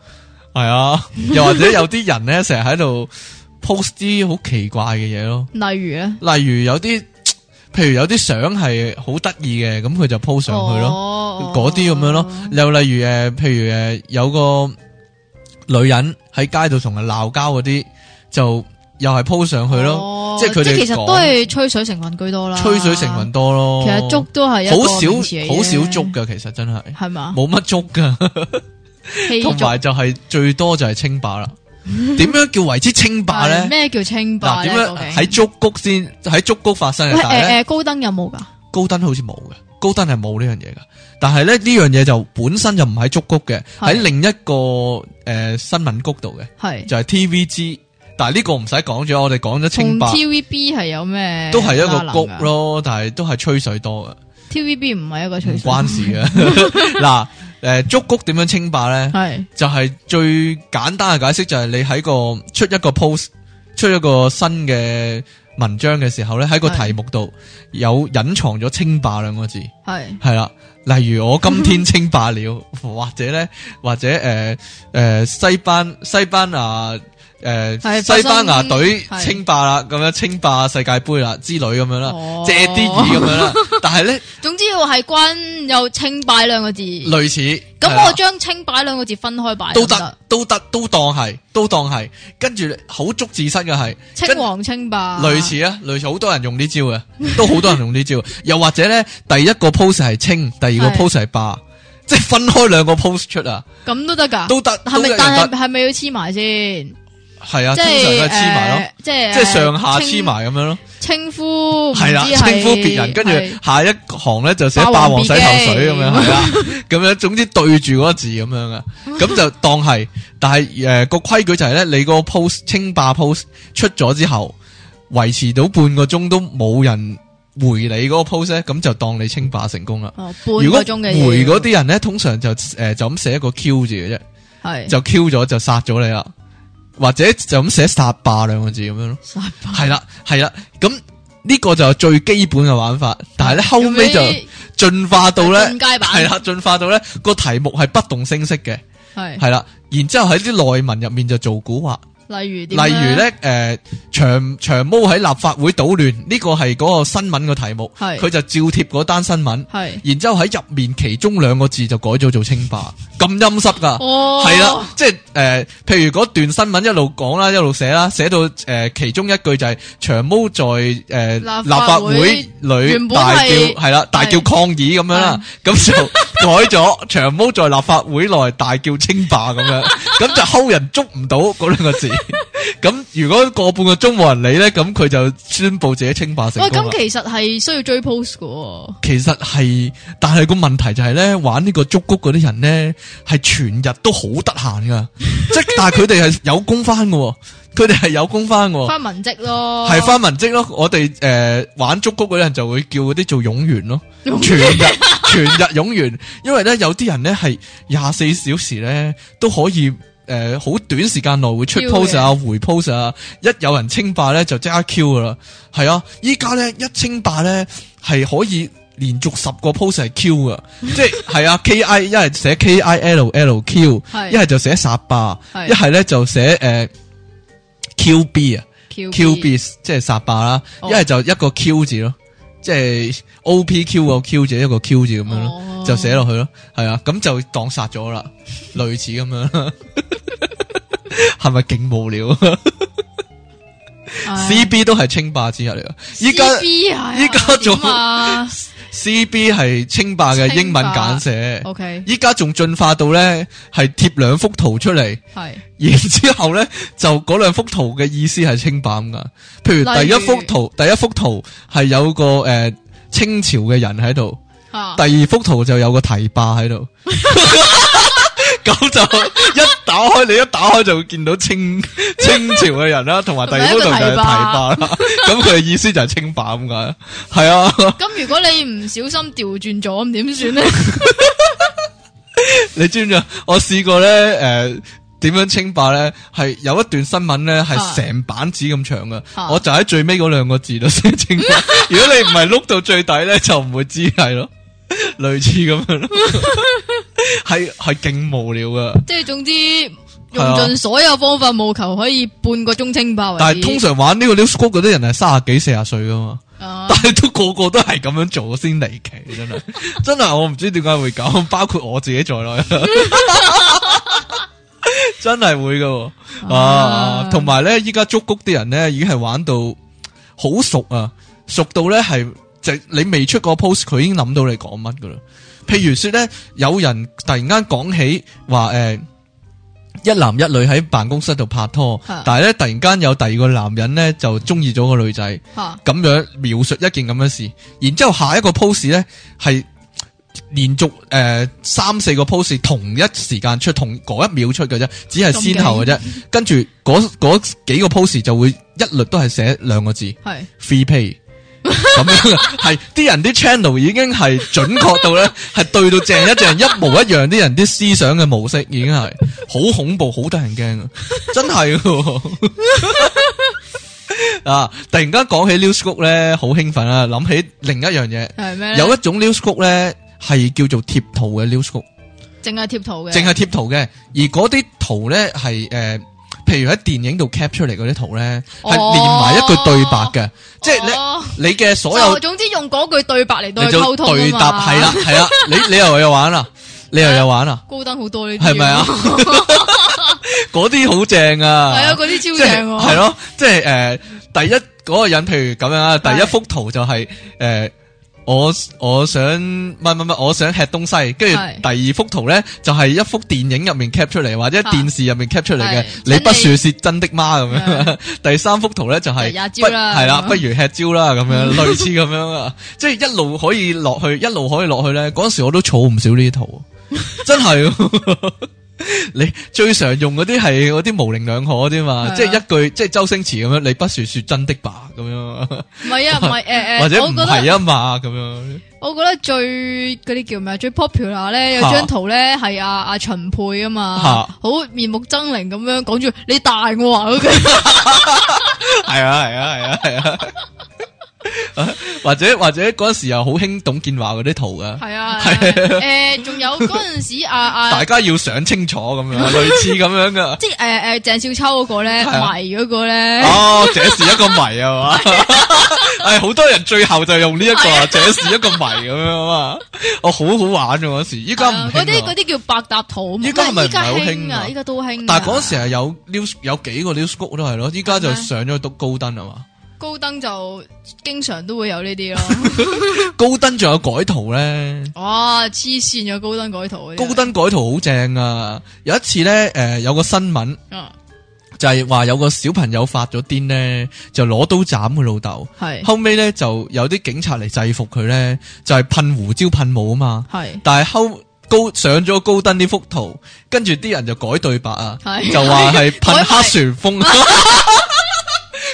係啊，又或者有啲人咧成日喺度 post 啲好奇怪嘅嘢咯，例如咧例如有啲，譬如有啲相係好得意嘅，咁佢就 post 上去哦咯，咯嗰啲咁樣咯，又例如诶、呃譬如诶、呃有個女人喺街度同人鬧交嗰啲，就又係 post 上去咯，咯即係佢哋其實都係吹水成分居多啦，吹水成分。多咯，其實竹都係一個好少名詞嚟嘅好少捉，噶，其實真係係嘛？冇乜捉噶。氣同竹埋就係最多就係清霸啦。點樣叫為之清嗯霸係咧？咩叫清嗱，霸點咧？樣究竟喺竹谷先喺竹谷發生嘅喂？但係诶咧诶，高登有冇㗎？高登好似冇嘅，高登係冇呢樣嘢噶。但係咧呢樣嘢就本身就唔喺竹谷嘅，喺係另一個诶新聞谷度嘅，係就係 TVG。但係呢個唔使講咗，我哋講咗同清霸 TVB 係有咩都係一拉個楞谷㗎咯，但係都係吹水多嘅， ，TVB 唔係一個唔吹水，關事嘅。 嗱，诶竹谷點樣清霸咧？係就係最簡單嘅解釋，就係你喺個出一個 post，出一個新嘅文章嘅時候咧，喺個係題目度有隱藏咗清霸兩個字，係。係啦。例如我今 天清霸了，或者咧，或者诶诶、呃西班西班牙诶、呃係西班牙發生隊係清霸啦，咁樣清霸世界盃啦之類咁樣啦，哦借啲意咁樣啦。但係咧总之我系关有清摆两个字，咁類似係啦我将清摆两个字分开摆都哎得，都得，都當係，都當係。跟住好足自失嘅係，清跟王清霸類似啊，類似好多人用呢招嘅，都好多人用呢 招。又或者咧，第一個 pose 係清，第二個係 pose 係霸，即係分開兩個 pose 出啊，咁都得噶，都得，系都一咪？樣但得系系咪要黐埋先？係啊，即通常系都係黐埋咯，咯，即系即係上下黐埋咁樣咯，清呼，係啦，稱呼別人，跟住下一行咧就寫霸王霸王洗頭水別咁姬樣，係啦，咁樣總之對住嗰個字咁樣啊，咁 就當係，但係诶個規矩就係咧，你個 post 清霸 post 出咗之後，維持到半個鐘都冇人回你嗰個 post 咧，咁就當你清霸成功啦。哦如半果个钟嘅嘢回嗰啲人咧，通常就诶、呃就咁寫一個 Q 字嘅啫，系 就 Q 咗就殺咗你啦，或者就咁寫殺霸兩個字咁樣咯。係啦，係啦，咁呢個就係最基本嘅玩法，嗯但係咧後尾就進化到咧進階版係啦，進化到咧個題目係不動聲色嘅，系係啦，然之后喺啲內文入面就做古惑，例如例點啊呢如咧，诶、長长长毛喺立法會搗亂，呢個係嗰個新聞嘅題目，係佢就照貼嗰單新聞，係然之后喺入面其中兩個字就改咗做清霸，咁陰濕㗎。哦，系啦，啊即系诶、呃譬如嗰段新聞一路講啦，一路寫啦，寫到诶、呃其中一句就係長毛在诶、呃立法立法會原裏本係大叫係啦，大叫抗議咁樣啦，咁就改咗長毛在立法會內大叫清霸咁 樣，咁就睺人捉唔到嗰兩個字。咁如果個半個鐘冇人理咧，咁佢就宣布自己清霸成喂，功啦咁其實係需要追 post 嘅喎，其實係，但係個問題就係咧，玩呢個竹谷嗰啲人咧，係全日都好得閒噶，即係但係佢哋係有工翻噶，佢哋係有工翻噶，翻文職咯，係翻文職咯。我哋诶、呃玩竹谷嗰啲人就會叫嗰啲做冗員咯，用全日全日冗員，因為咧有啲人咧係廿四小時咧都可以。诶，好、短時間內會出飆 post 啊，回 post 啊，一有人清霸咧就即刻 Q 噶啦，係啊，依家咧一清霸咧係可以連續十個 post 係 Q 噶，即係係啊 K I 一係寫 K I L L Q，係一係就寫殺霸，係一係咧就寫诶 Q B 啊 Q B 即係殺霸啦，哦一係就一個 Q 字咯，即係 O P Q 個 Q 字一個 Q 字咁樣咯。哦就寫落去咯，係啊，咁就當殺咗 啦，類似咁樣 啦，係啊咪勁無聊唉？C B 都係稱霸之一嚟噶，依家 CB 係依家仲 啊 C B 係稱霸嘅英文簡寫， ，OK 依家仲進化到咧係貼兩幅圖出嚟，係然之后咧就嗰兩幅圖嘅意思係清霸咁噶，譬如例第如一幅圖，第一幅圖係有個诶、呃清朝嘅人喺度。嚇第二幅圖就有個堤壩喺 度，咁就一打開你一打開就會見到 清清朝嘅人啦，同埋第二幅圖就係堤壩啊啦。咁佢嘅意思就係清霸咁解，係啊，咁如果你唔小心調轉咗，咁點算咧？你知唔知啊？我試過咧，诶、點樣清霸咧？係有一段新聞咧，係成版紙咁長噶，啊我就喺最尾嗰兩個字度寫清霸。如果你唔係碌到最底咧，就唔會知係咯，類似咁樣咯，係係勁無聊噶。即係總之用盡所有方法，務求可以半個鐘清爆為止。但系通常玩呢個 new school 嗰啲人係三十幾四十歲噶嘛，啊 但係都個個都係咁樣做先離奇，真係真係我唔知點解會咁，包括我自己在內，真係會噶喎啊！啊同埋咧，依家竹谷啲人咧已經係玩到好熟啊，熟到咧係就你未出個 post，佢已經諗到你講乜噶啦。譬如說咧，有人突然間講起話诶、誒一男一女喺辦公室度拍拖嚇，但係咧突然間有第二個男人咧就中意咗個女仔，嚇咁樣描述一件咁嘅事，然之后下一個 post 咧係連續诶三四個 post 同一時間出，同嗰一秒出嘅啫，只係先後嘅啫。跟住嗰嗰幾個 post 就會一律都係寫兩個字。係 free pay 咁樣係啲人啲 channel 已經係準確到咧， 係對到正一正一模一樣，啲人啲思想嘅模式已經係好恐怖，好得人驚啊！真係喎 啊！突然間講起 news group 咧，好興奮啊！諗起另一樣嘢，係咩咧？有一種 news group 咧係叫做貼圖嘅 news group。淨係貼圖嘅，淨係貼圖嘅，而嗰啲圖咧係诶，呃譬如喺電影度 cap 出嚟嗰啲圖咧，係哦連埋一句對白嘅，即係哦你你嘅所就有總之用嗰句對白嚟對你去溝就通啊嘛對答係啦，係啦，你你又有玩啦，你又 有玩啦，啊高登好多呢啲嘢，係咪啊？嗰啲好正係啊！啊，嗰啲即超係正喎，係咯，即係诶、呃第一嗰個人，譬如咁樣啊，係第一幅圖就係呃我我想乜乜乜，我想吃東西，跟住係第二幅圖咧就係一幅電影入面 cap 出嚟，或者嚇電視入面 cap 出嚟嘅係，你真不說是真的嗎咁樣。 第三幅圖咧就係就吔蕉不啦係啦，咁樣不如吃蕉啦咁 樣，類似咁樣啊，即係一路可以落去，一路可以落去咧。嗰陣時我都儲唔少呢啲圖，真係 喎。你最常用嗰啲係嗰啲模棱兩可嗰啲係嘛，啊即係一句即係周星馳咁樣，你不如說真的吧咁樣，唔係啊，唔 係誒誒，或者我唔覺得係啊嘛咁 樣，我覺得最嗰啲叫咩啊最 popular 咧，有嚇張圖咧係阿阿秦沛啊嘛，嚇好面目狰狞咁樣講住 你大我啊嗰句，係啊係啊係啊係啊， 或者或者嗰陣時又好興董建華嗰啲圖噶，系啊，诶，誒仲有嗰阵时啊啊大，家要想清楚 咁樣，類似咁樣噶。即系诶诶郑少秋嗰个咧，係啊迷嗰个咧，哦，這是一個謎 啊嘛， 係好多人最後就用呢一個啊，這是一個謎咁樣啊嘛，我好好玩㗎嗰時，依家係啊唔嗰啲興嗰啊。啲叫百搭圖，依家係咪唔依家係好興興啊啊，依家都興㗎。但係嗰時係有 news 有幾個 news 谷都係咯，依家就係咩上咗去高登啊嘛。高登就經常都會有呢 啲咯。 高登仲有改圖咧，啊哇，黐線嘅高登改圖嗰啲啊高登改圖好正啊！有一次咧，诶、有個新聞啊，就係話有個小朋友發咗癲咧，就攞刀斬佢老豆，係後尾咧就有啲警察嚟制服佢咧，就係噴胡椒噴霧啊嘛，係但係後高上咗高登呢幅圖，跟住啲人就改對白啊，係就話係噴 改埋黑旋 風，啊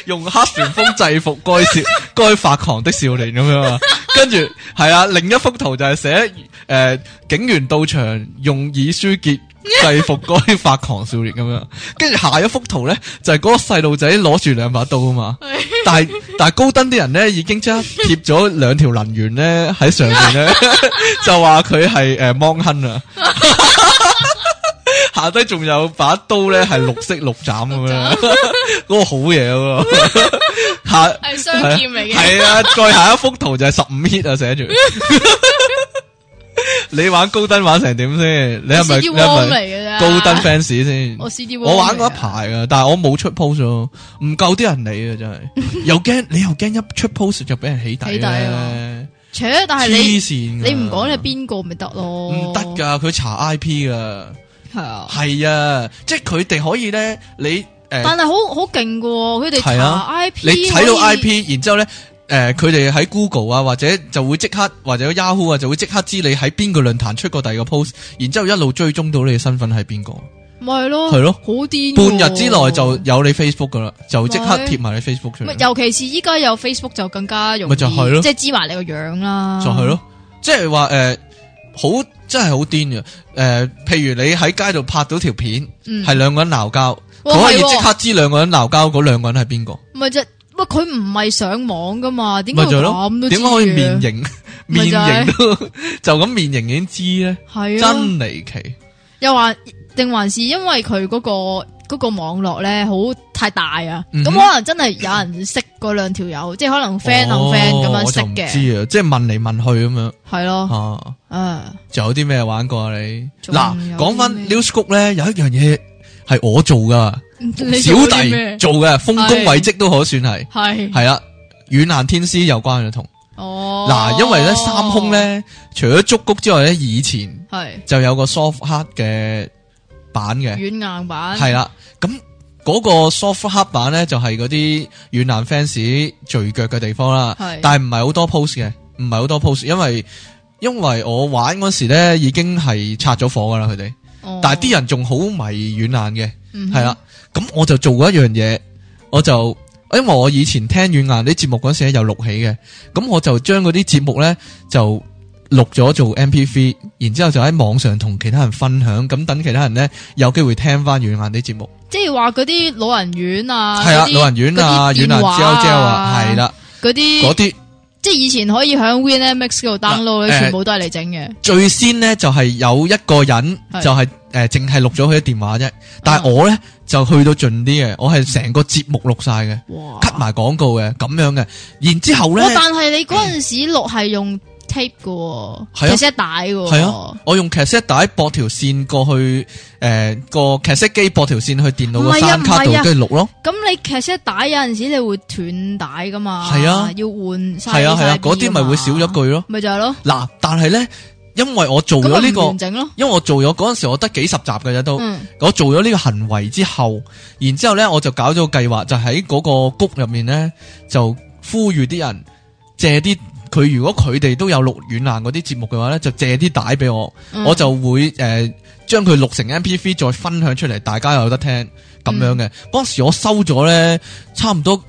用黑旋風制服該 少該發狂的少年咁樣啊。跟住係啊，另一幅圖就係寫诶警員到場用以書結制服該發狂少年咁樣。跟住下一幅圖咧就係嗰個細路仔攞住兩把刀啊嘛。但係但係高登啲人咧已經即刻貼咗兩條能源咧喺上面咧， 就話佢係诶芒亨啊。下低仲有把刀咧，係綠色綠斬咁樣， 嗰個好嘢喎。 下係雙劍嚟嘅。系啊，再下一幅圖就係十五 hit 啊，寫住。你玩高登玩成點先？你係咪 CD 你 warm 係嚟咪嘅啫。高登 fans 先？我 CD warm 我玩過一嚟嘅排啊，但係我冇出 post 咯，唔夠啲人理啊，真係。又驚你又驚一出 post 就俾人起底起底咧啊，扯，但係黐你線㗎。啊你唔講你係邊個咪得咯？唔得，哦㗎，佢查 I P 㗎。係啊。係啊，即係佢哋可以咧，你诶。但係好好勁嘅喎，佢哋係啊查 I P，你睇到 I P，然之後咧，诶、佢哋喺 Google 啊，或者就會即刻，或者 Yahoo 啊，就會即刻知你喺邊個論壇出過第二個 post，然之後一路追蹤到你嘅身份係邊個，咪係咯，係咯好癲半喎。日之內就有你 Facebook 噶啦，就即刻貼埋你 Facebook 出咪嚟，啊尤其是依家有 Facebook 就更加容易，嗯咪就係咯即係知埋你個樣啦。就係咯，即係話诶，好真係好癲嘅，诶、譬如你喺街度拍到條片，嗯，係兩個人鬧交，哇佢可以係喎即刻知兩個人鬧交嗰兩個人係邊個。咪就喂佢唔係上網噶嘛？點解咪會就係咯咁都知點嘅解可以面？型 面咪就係 型都就咁面型已經知咧？係啊，真離奇。又話定還是因為佢嗰個嗰個網絡咧好太大啊？嗯咁哼可能真係有人識嗰兩條友，即係可能 friend 同 friend 咁哦樣識我就嘅，唔知啊，即係問嚟問去咁樣係咯，啊。誒仲有啲咩玩過啊你？仲有嗱，講翻啲咩 News 谷咧，有一樣嘢係我做噶，你小做咗啲弟咩做嘅，豐功偉績都可算係。係係啦，軟硬天師有關嘅同哦嗱，因為咧三空咧，除咗竹谷之外咧，以前係就有個 soft hard 嘅版嘅。軟硬版系啦，咁嗰個 soft 黑板咧就係嗰啲越南 fans 聚腳嘅地方啦係，但係唔係好多 post 嘅，唔係好多 post，因為因為我玩嗰時咧已經係拆咗火噶啦佢哋，哦但係啲人仲好迷越南嘅，嗯哼係啦，咁我就做過一樣嘢，我就。因為我以前聽軟硬啲節目嗰時咧有錄起嘅，咁我就將嗰啲節目咧就錄咗做 MP3，然之後就喺網上同其他人分享，咁等其他人咧有機會聽翻軟硬啲節目。即係話嗰啲老人院啊，系啊，嗰啲老人院啊，嗰啲院啊電話，J J 啊，系啦，嗰啲嗰啲即係以前可以喺 WinMX 嗰度 download 嗱誒咧，全部都係你整嘅。最先咧就係有一個人係就係诶，净系录咗佢啲電話啫。但係嗯我咧就去到盡啲嘅，我係成個節目錄晒嘅哇，cut 埋廣告嘅，咁樣嘅。然之后咧哇！，但係你嗰陣時錄係用 tape 嘅喎，係啊其實帶嘅喎。係啊，我用 cassette 帶駁條線過去诶个 cassette 機駁條線去電腦唔個係啊山卡唔度係，啊跟住錄咯。咁你其實帶有陣時你會斷帶噶嘛？係啊要換晒。係啊係係啊，嗰啲咪會少咗。句咯。咪就係咯，嗱，但係咧，因為我做咁咗咪呢唔個完，整咯。因為我做咗嗰陣時，我得幾十集嘅啫都。嗯，我做咗呢個行為之後，然之后咧我就搞咗個計劃，就喺嗰個谷入面咧，就呼籲啲人借啲佢如果佢哋都有錄軟硬嗰啲節目嘅話咧，就借啲帶俾我，嗯我就會诶将佢錄成 M P V 再嗯分享出嚟，大家又有得聽咁樣嘅。嗰、時我收咗咧，差唔多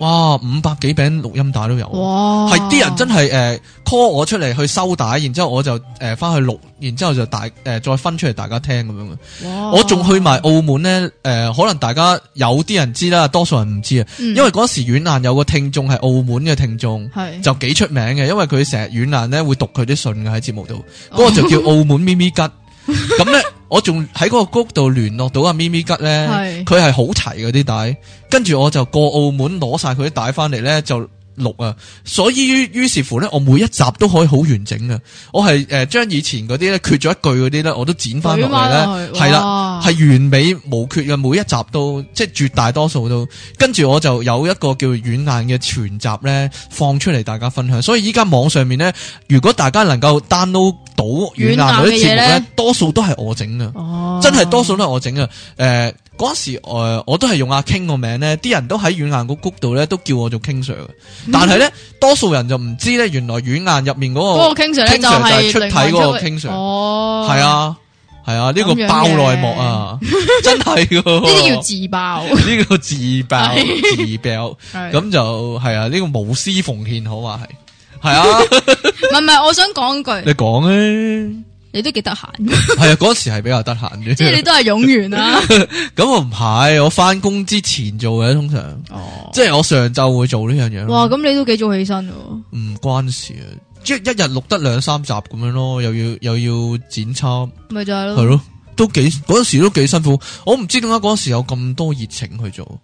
哇，五百幾餅錄音帶都有，哇，係啲人真係诶 call 我出嚟去收帶，然之后我就诶翻去錄，然之后就大诶再分出嚟大家聽咁樣嘅。哇，我仲去埋澳門咧，诶、可能大家有啲人知啦，多數人唔知啊。嗯，因為嗰時阮硬有個聽眾係澳門嘅聽眾，係就幾出名嘅，因為佢成日阮硬咧會讀佢啲信嘅喺節目度，嗰、個就叫澳門咪咪吉。咁咧，我仲喺嗰個谷度聯絡到阿咪咪吉咧，係佢係好齊嗰啲帶，跟住我就過澳門攞晒佢啲帶翻嚟咧就。錄啊，所以於於是乎咧，我每一集都可以好完整嘅。我係誒將以前嗰啲咧缺咗一句嗰啲咧，我都剪翻落嚟咧，係啦，啦系完美無缺嘅，每一集都即係絕大多數都。跟住我就有一個叫軟硬嘅全集咧，放出嚟大家分享。所以依家網上面咧，如果大家能夠 download 到軟軟硬硬嗰啲節目嘅嘢咧呢，多數都係我整嘅。哦，真係多數都係我整嘅，啊誒嗰陣時呃我都係用阿 King 個名咧，啲人都喺軟硬個谷度咧都叫我做 King Sir 嘅，嗯但係咧多數人就唔知咧，原來軟硬入面嗰、嗰個 King Sir 咧 King 就 Sir 就係係出體嗰個 King Sir 哦，系，啊，系啊，呢、個咁樣爆內幕啊，真係噶，呢呢啲叫自爆， 呢個自爆自爆，咁咁就係啊，呢、個無私奉獻可話係，係啊，唔係唔係，我想講句，你講啊，你都幾得閒，係啊，嗰時係比較得閒即係你嘅，都係冗員啦， 咁我唔係，我翻工之前做嘅，通常哦，即係我上晝會做呢樣嘢哇，咯，咁你都幾早起身喎，唔關事啊，即係一日錄得兩三集咁樣咯，又要又要剪輯，咪就係係咯，咯。都幾嗰阵时都幾辛苦，我唔知點解嗰阵时有咁多熱情去做，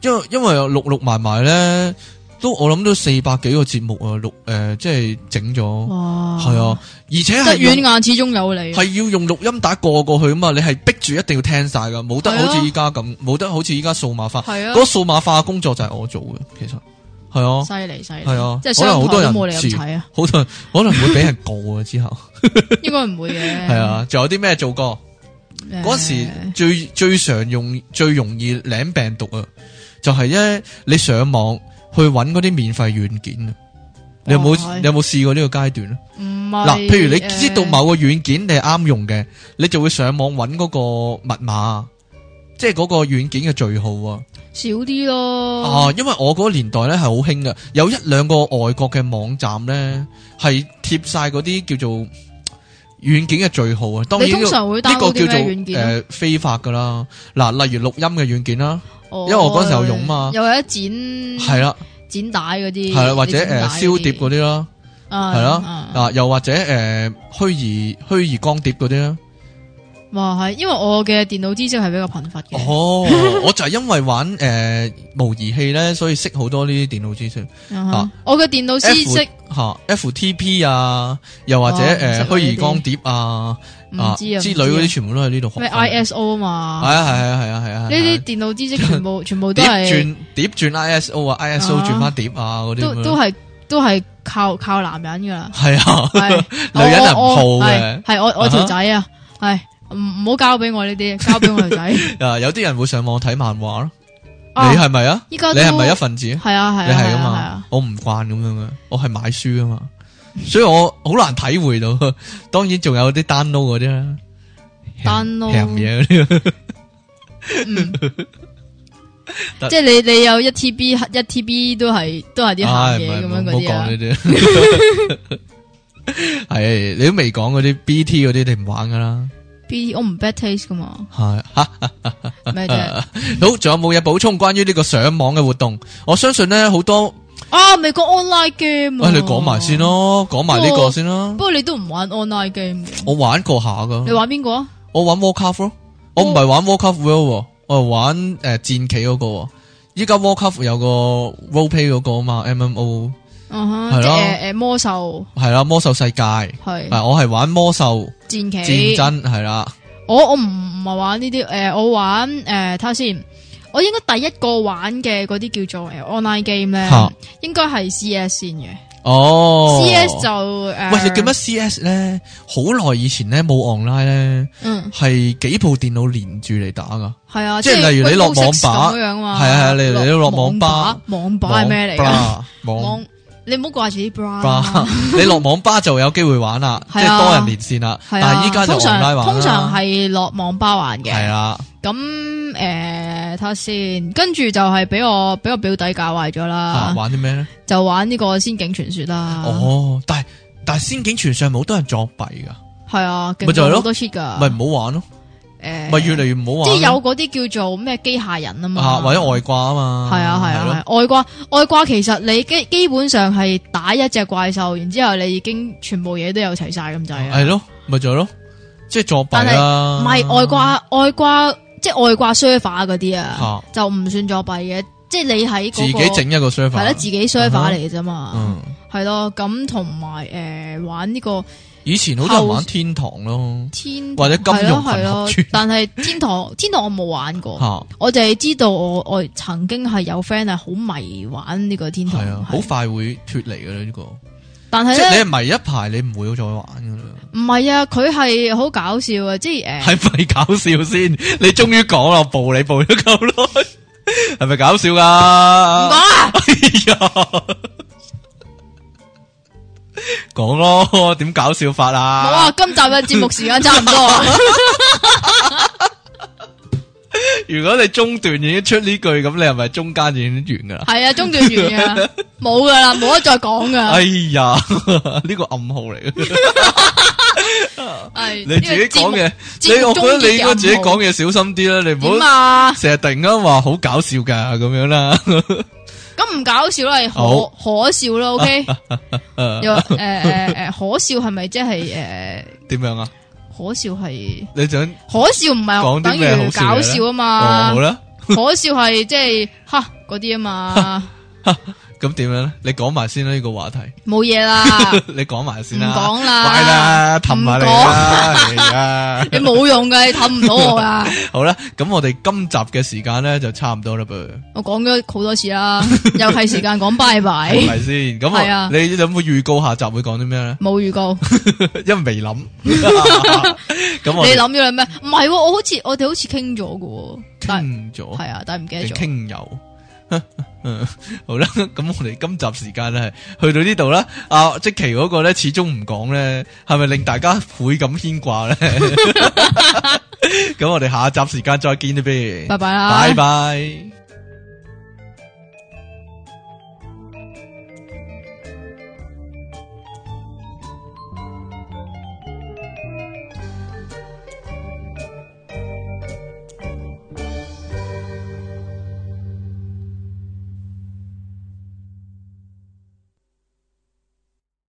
因為因为錄錄埋埋咧，都我諗都四百幾個節目啊，錄诶、呃即係整咗，哇，係啊，，而且即係係軟用硬始終有你，係要用錄音帶過過去啊嘛，你係逼住一定要聽晒噶，冇得係啊好似依家咁，冇得好似依家數碼化，係嗰啊個。數碼化嘅工作就係我做嘅，其實係啊。 犀利犀利，係啊即係可能商好台都多人冇你咁知睇啊，好多人可能會俾人告啊！之後應該唔會嘅。係，啊，仲有啲咩做過？嗰時最最常用、最容易舐病毒啊，就係咧你上網去揾嗰啲免費軟件啊。你有冇哇你有冇試過呢個階段啊？唔哦係嗱，譬如你知道誒某個軟件你係啱用嘅，你就會上網揾嗰個密碼，啊即係嗰個軟件嘅序號啊。少啲咯，啊，因為我嗰個年代咧係好興嘅，有一兩個外國嘅網站咧係貼晒嗰啲叫做軟件嘅序號啊。當然你呢通個常會呢 download 個叫啲做咩軟件啊誒非法噶啦。嗱，例如錄音嘅軟件啦，哦因為我嗰陣時有用嘛又或者剪係啦，剪帶嗰啲，係啦，或者嗯你剪誒帶燒碟嗰啲，啲啦，係係啦，啊，又或者誒虛擬虛擬光碟嗰 啲啦。哇係，因為我嘅電腦知識係比較貧乏嘅，哦，我就係因為玩誒模擬器咧，所以識好多呢啲電腦知識。嗯啊哼我嘅電腦知識吓 FTP 啊，又或者哦唔诶識虛喎擬呢啲光碟啊唔啊知啊唔之類嗰知啊啲，全部都喺呢度學咩返嚟。 ISO 啊係嘛，啊係啊係啊係啊！呢啲電腦知識全部 全部都碟係轉碟轉 ISO 啊，ISO 啊轉翻碟啊嗰啲都咁樣都係都係靠靠男人 噶啦。係啊，係女人係唔好嘅系我啊哈我条仔啊，系唔唔好交俾我呢啲，交俾我條 仔。啊有啲人會上網睇漫畫咯。啊你係咪啊？依家你係咪一一？份子啊？系啊系啊，你係係噶啊嘛？我唔慣咁樣嘅，我係買書噶嘛，所以我好難體會到。 當然仲有啲 download 嗰啲啦 download 鹹嘢嗰啲。係啊即係你你有一 TB 一 TB 都係都係啲鹹唉唔係嘢咁樣唔嗰好啲啊講呢。啲。 係你都未講嗰啲 BT 嗰啲，你唔玩噶啦。 B 我唔 bad taste 噶 嘛，係吓，咩啫？好，仲有冇嘢補充關於呢個上網嘅活動？我相信咧好多，啊，美國 online game。喂，你講埋先。咯，講埋呢不個過先啦不。過你都唔玩 online game 嘅，我玩過下噶你，玩邊個啊？我玩 Warcraft 咯，我唔係玩 Warcraft World，喎我係玩诶战棋嗰個喎。依家 Warcraft 有個 roleplay 嗰個啊嘛，MMO 嗯係哼，即咯係诶魔獸係啦，魔獸世界，係係我係玩魔獸戰戰棋。爭係啦，我我唔唔系玩呢啲，诶、我玩诶睇下先，我應該第一個玩嘅嗰啲叫做诶、呃 online game 咧嚇，應該係 CS 先嘅、哦 c s 就诶，呃喂，你記唔記得 CS 咧？好耐以前咧冇 online 咧，嗯，係幾部電腦連住嚟打噶。係啊，即係係例如你落 Windows 6網吧咁樣嘛，係啊係啊你你都落網網吧，網吧係咩嚟㗎？噶？網網你唔好掛住啲 bra 啊吧啦。，你落網吧就有機會玩啦，即係啊係多人連線啦。係但啊，係依家就通 online 常玩啦通常係落網吧玩係啊嘅，啦，咁诶、呃睇下先，跟住就係俾我俾我表弟教壞咗啊啦，玩啲咩咧？就玩呢個《仙境傳說》啦。哦，但系但系仙境傳上冇都係作弊噶，係啊，咪就係係咯好多 shit 噶，咪唔好玩咯，诶，咪越嚟越唔好玩啊即咯。係有嗰啲叫做咩機械人啊嘛，啊，或者外掛啊嘛。係啊係係咯啊，係外掛外掛其實你基基本上係打一隻怪獸，然之后你已經全部嘢都有齊晒咁滯啊。系咯，咪哦就係啊咯，即係作弊啦。唔係外掛外掛即係外掛 server 嗰啲啊啊，就唔算作弊嘅，即係你喺自嗰個己整一個係 server。啦，自己 server 嚟嘅啫嘛，嗯，係咯，咁同埋诶玩呢個以前好多人玩天堂咯，天或者金係融咯係咯群合村，但 係天堂天堂我冇玩過，吓我就係知道我我曾經係有 friend 係好迷玩呢個天堂係啊，，好係快會脱離噶啦呢個。但係即係咧你係迷一排，你唔會再玩噶啦。唔係啊，佢係好搞笑啊，即係诶。誒係咪搞笑先？你終於講啦，我暴你暴咗咁耐，係咪搞笑噶？唔講啊 讲咯，点搞笑法冇啊！啊？今集嘅節目時間差唔 多啊，如果你中段已經出呢句，咁你係咪中間已經完噶啦？係啊，中斷完嘅，冇噶啦，冇得再講噶。哎呀， 呢個暗號嚟 嘅，系你自己講嘅，節目你我覺得你應該自己節目講嘢小心啲啦，你點唔好啊？成日突然間話好搞笑噶咁樣啦。 咁唔搞笑啦，係好可可笑啦，OK？ 誒又诶诶诶，可笑係咪即係诶點樣啊？可笑係你想可笑唔係講啲等咩好於笑嘅咧搞笑啊哦嘛好？啦，可笑係即係吓嗰啲啊 嘛，咁點樣咧？你講埋先啦呢個話題，冇嘢啦，你講埋唔先啦。講啦，快啦，氹下你啦，係唔講，啊。你冇用噶，你氹唔到我噶， 好啦，咁我哋今集嘅時間咧就差唔多啦噃。我講咗好多次啦，又係時間講拜拜系，咪先？咁哎係啊啊，你有冇預告下集會講啲咩 咧？冇預告。因為未 諗，咁我你哋諗咗啦咩？唔係喎，我好似我哋好似傾咗嘅，但傾咗，係啊，但係唔記得定咗。傾友。嗯， 好啦，咁我哋今集時間咧去到呢度啦。啊，即期嗰個咧始終唔講咧，係咪令大家倍咁牽掛 咧？咁我哋下集時間再見啦，拜拜拜啦，拜拜。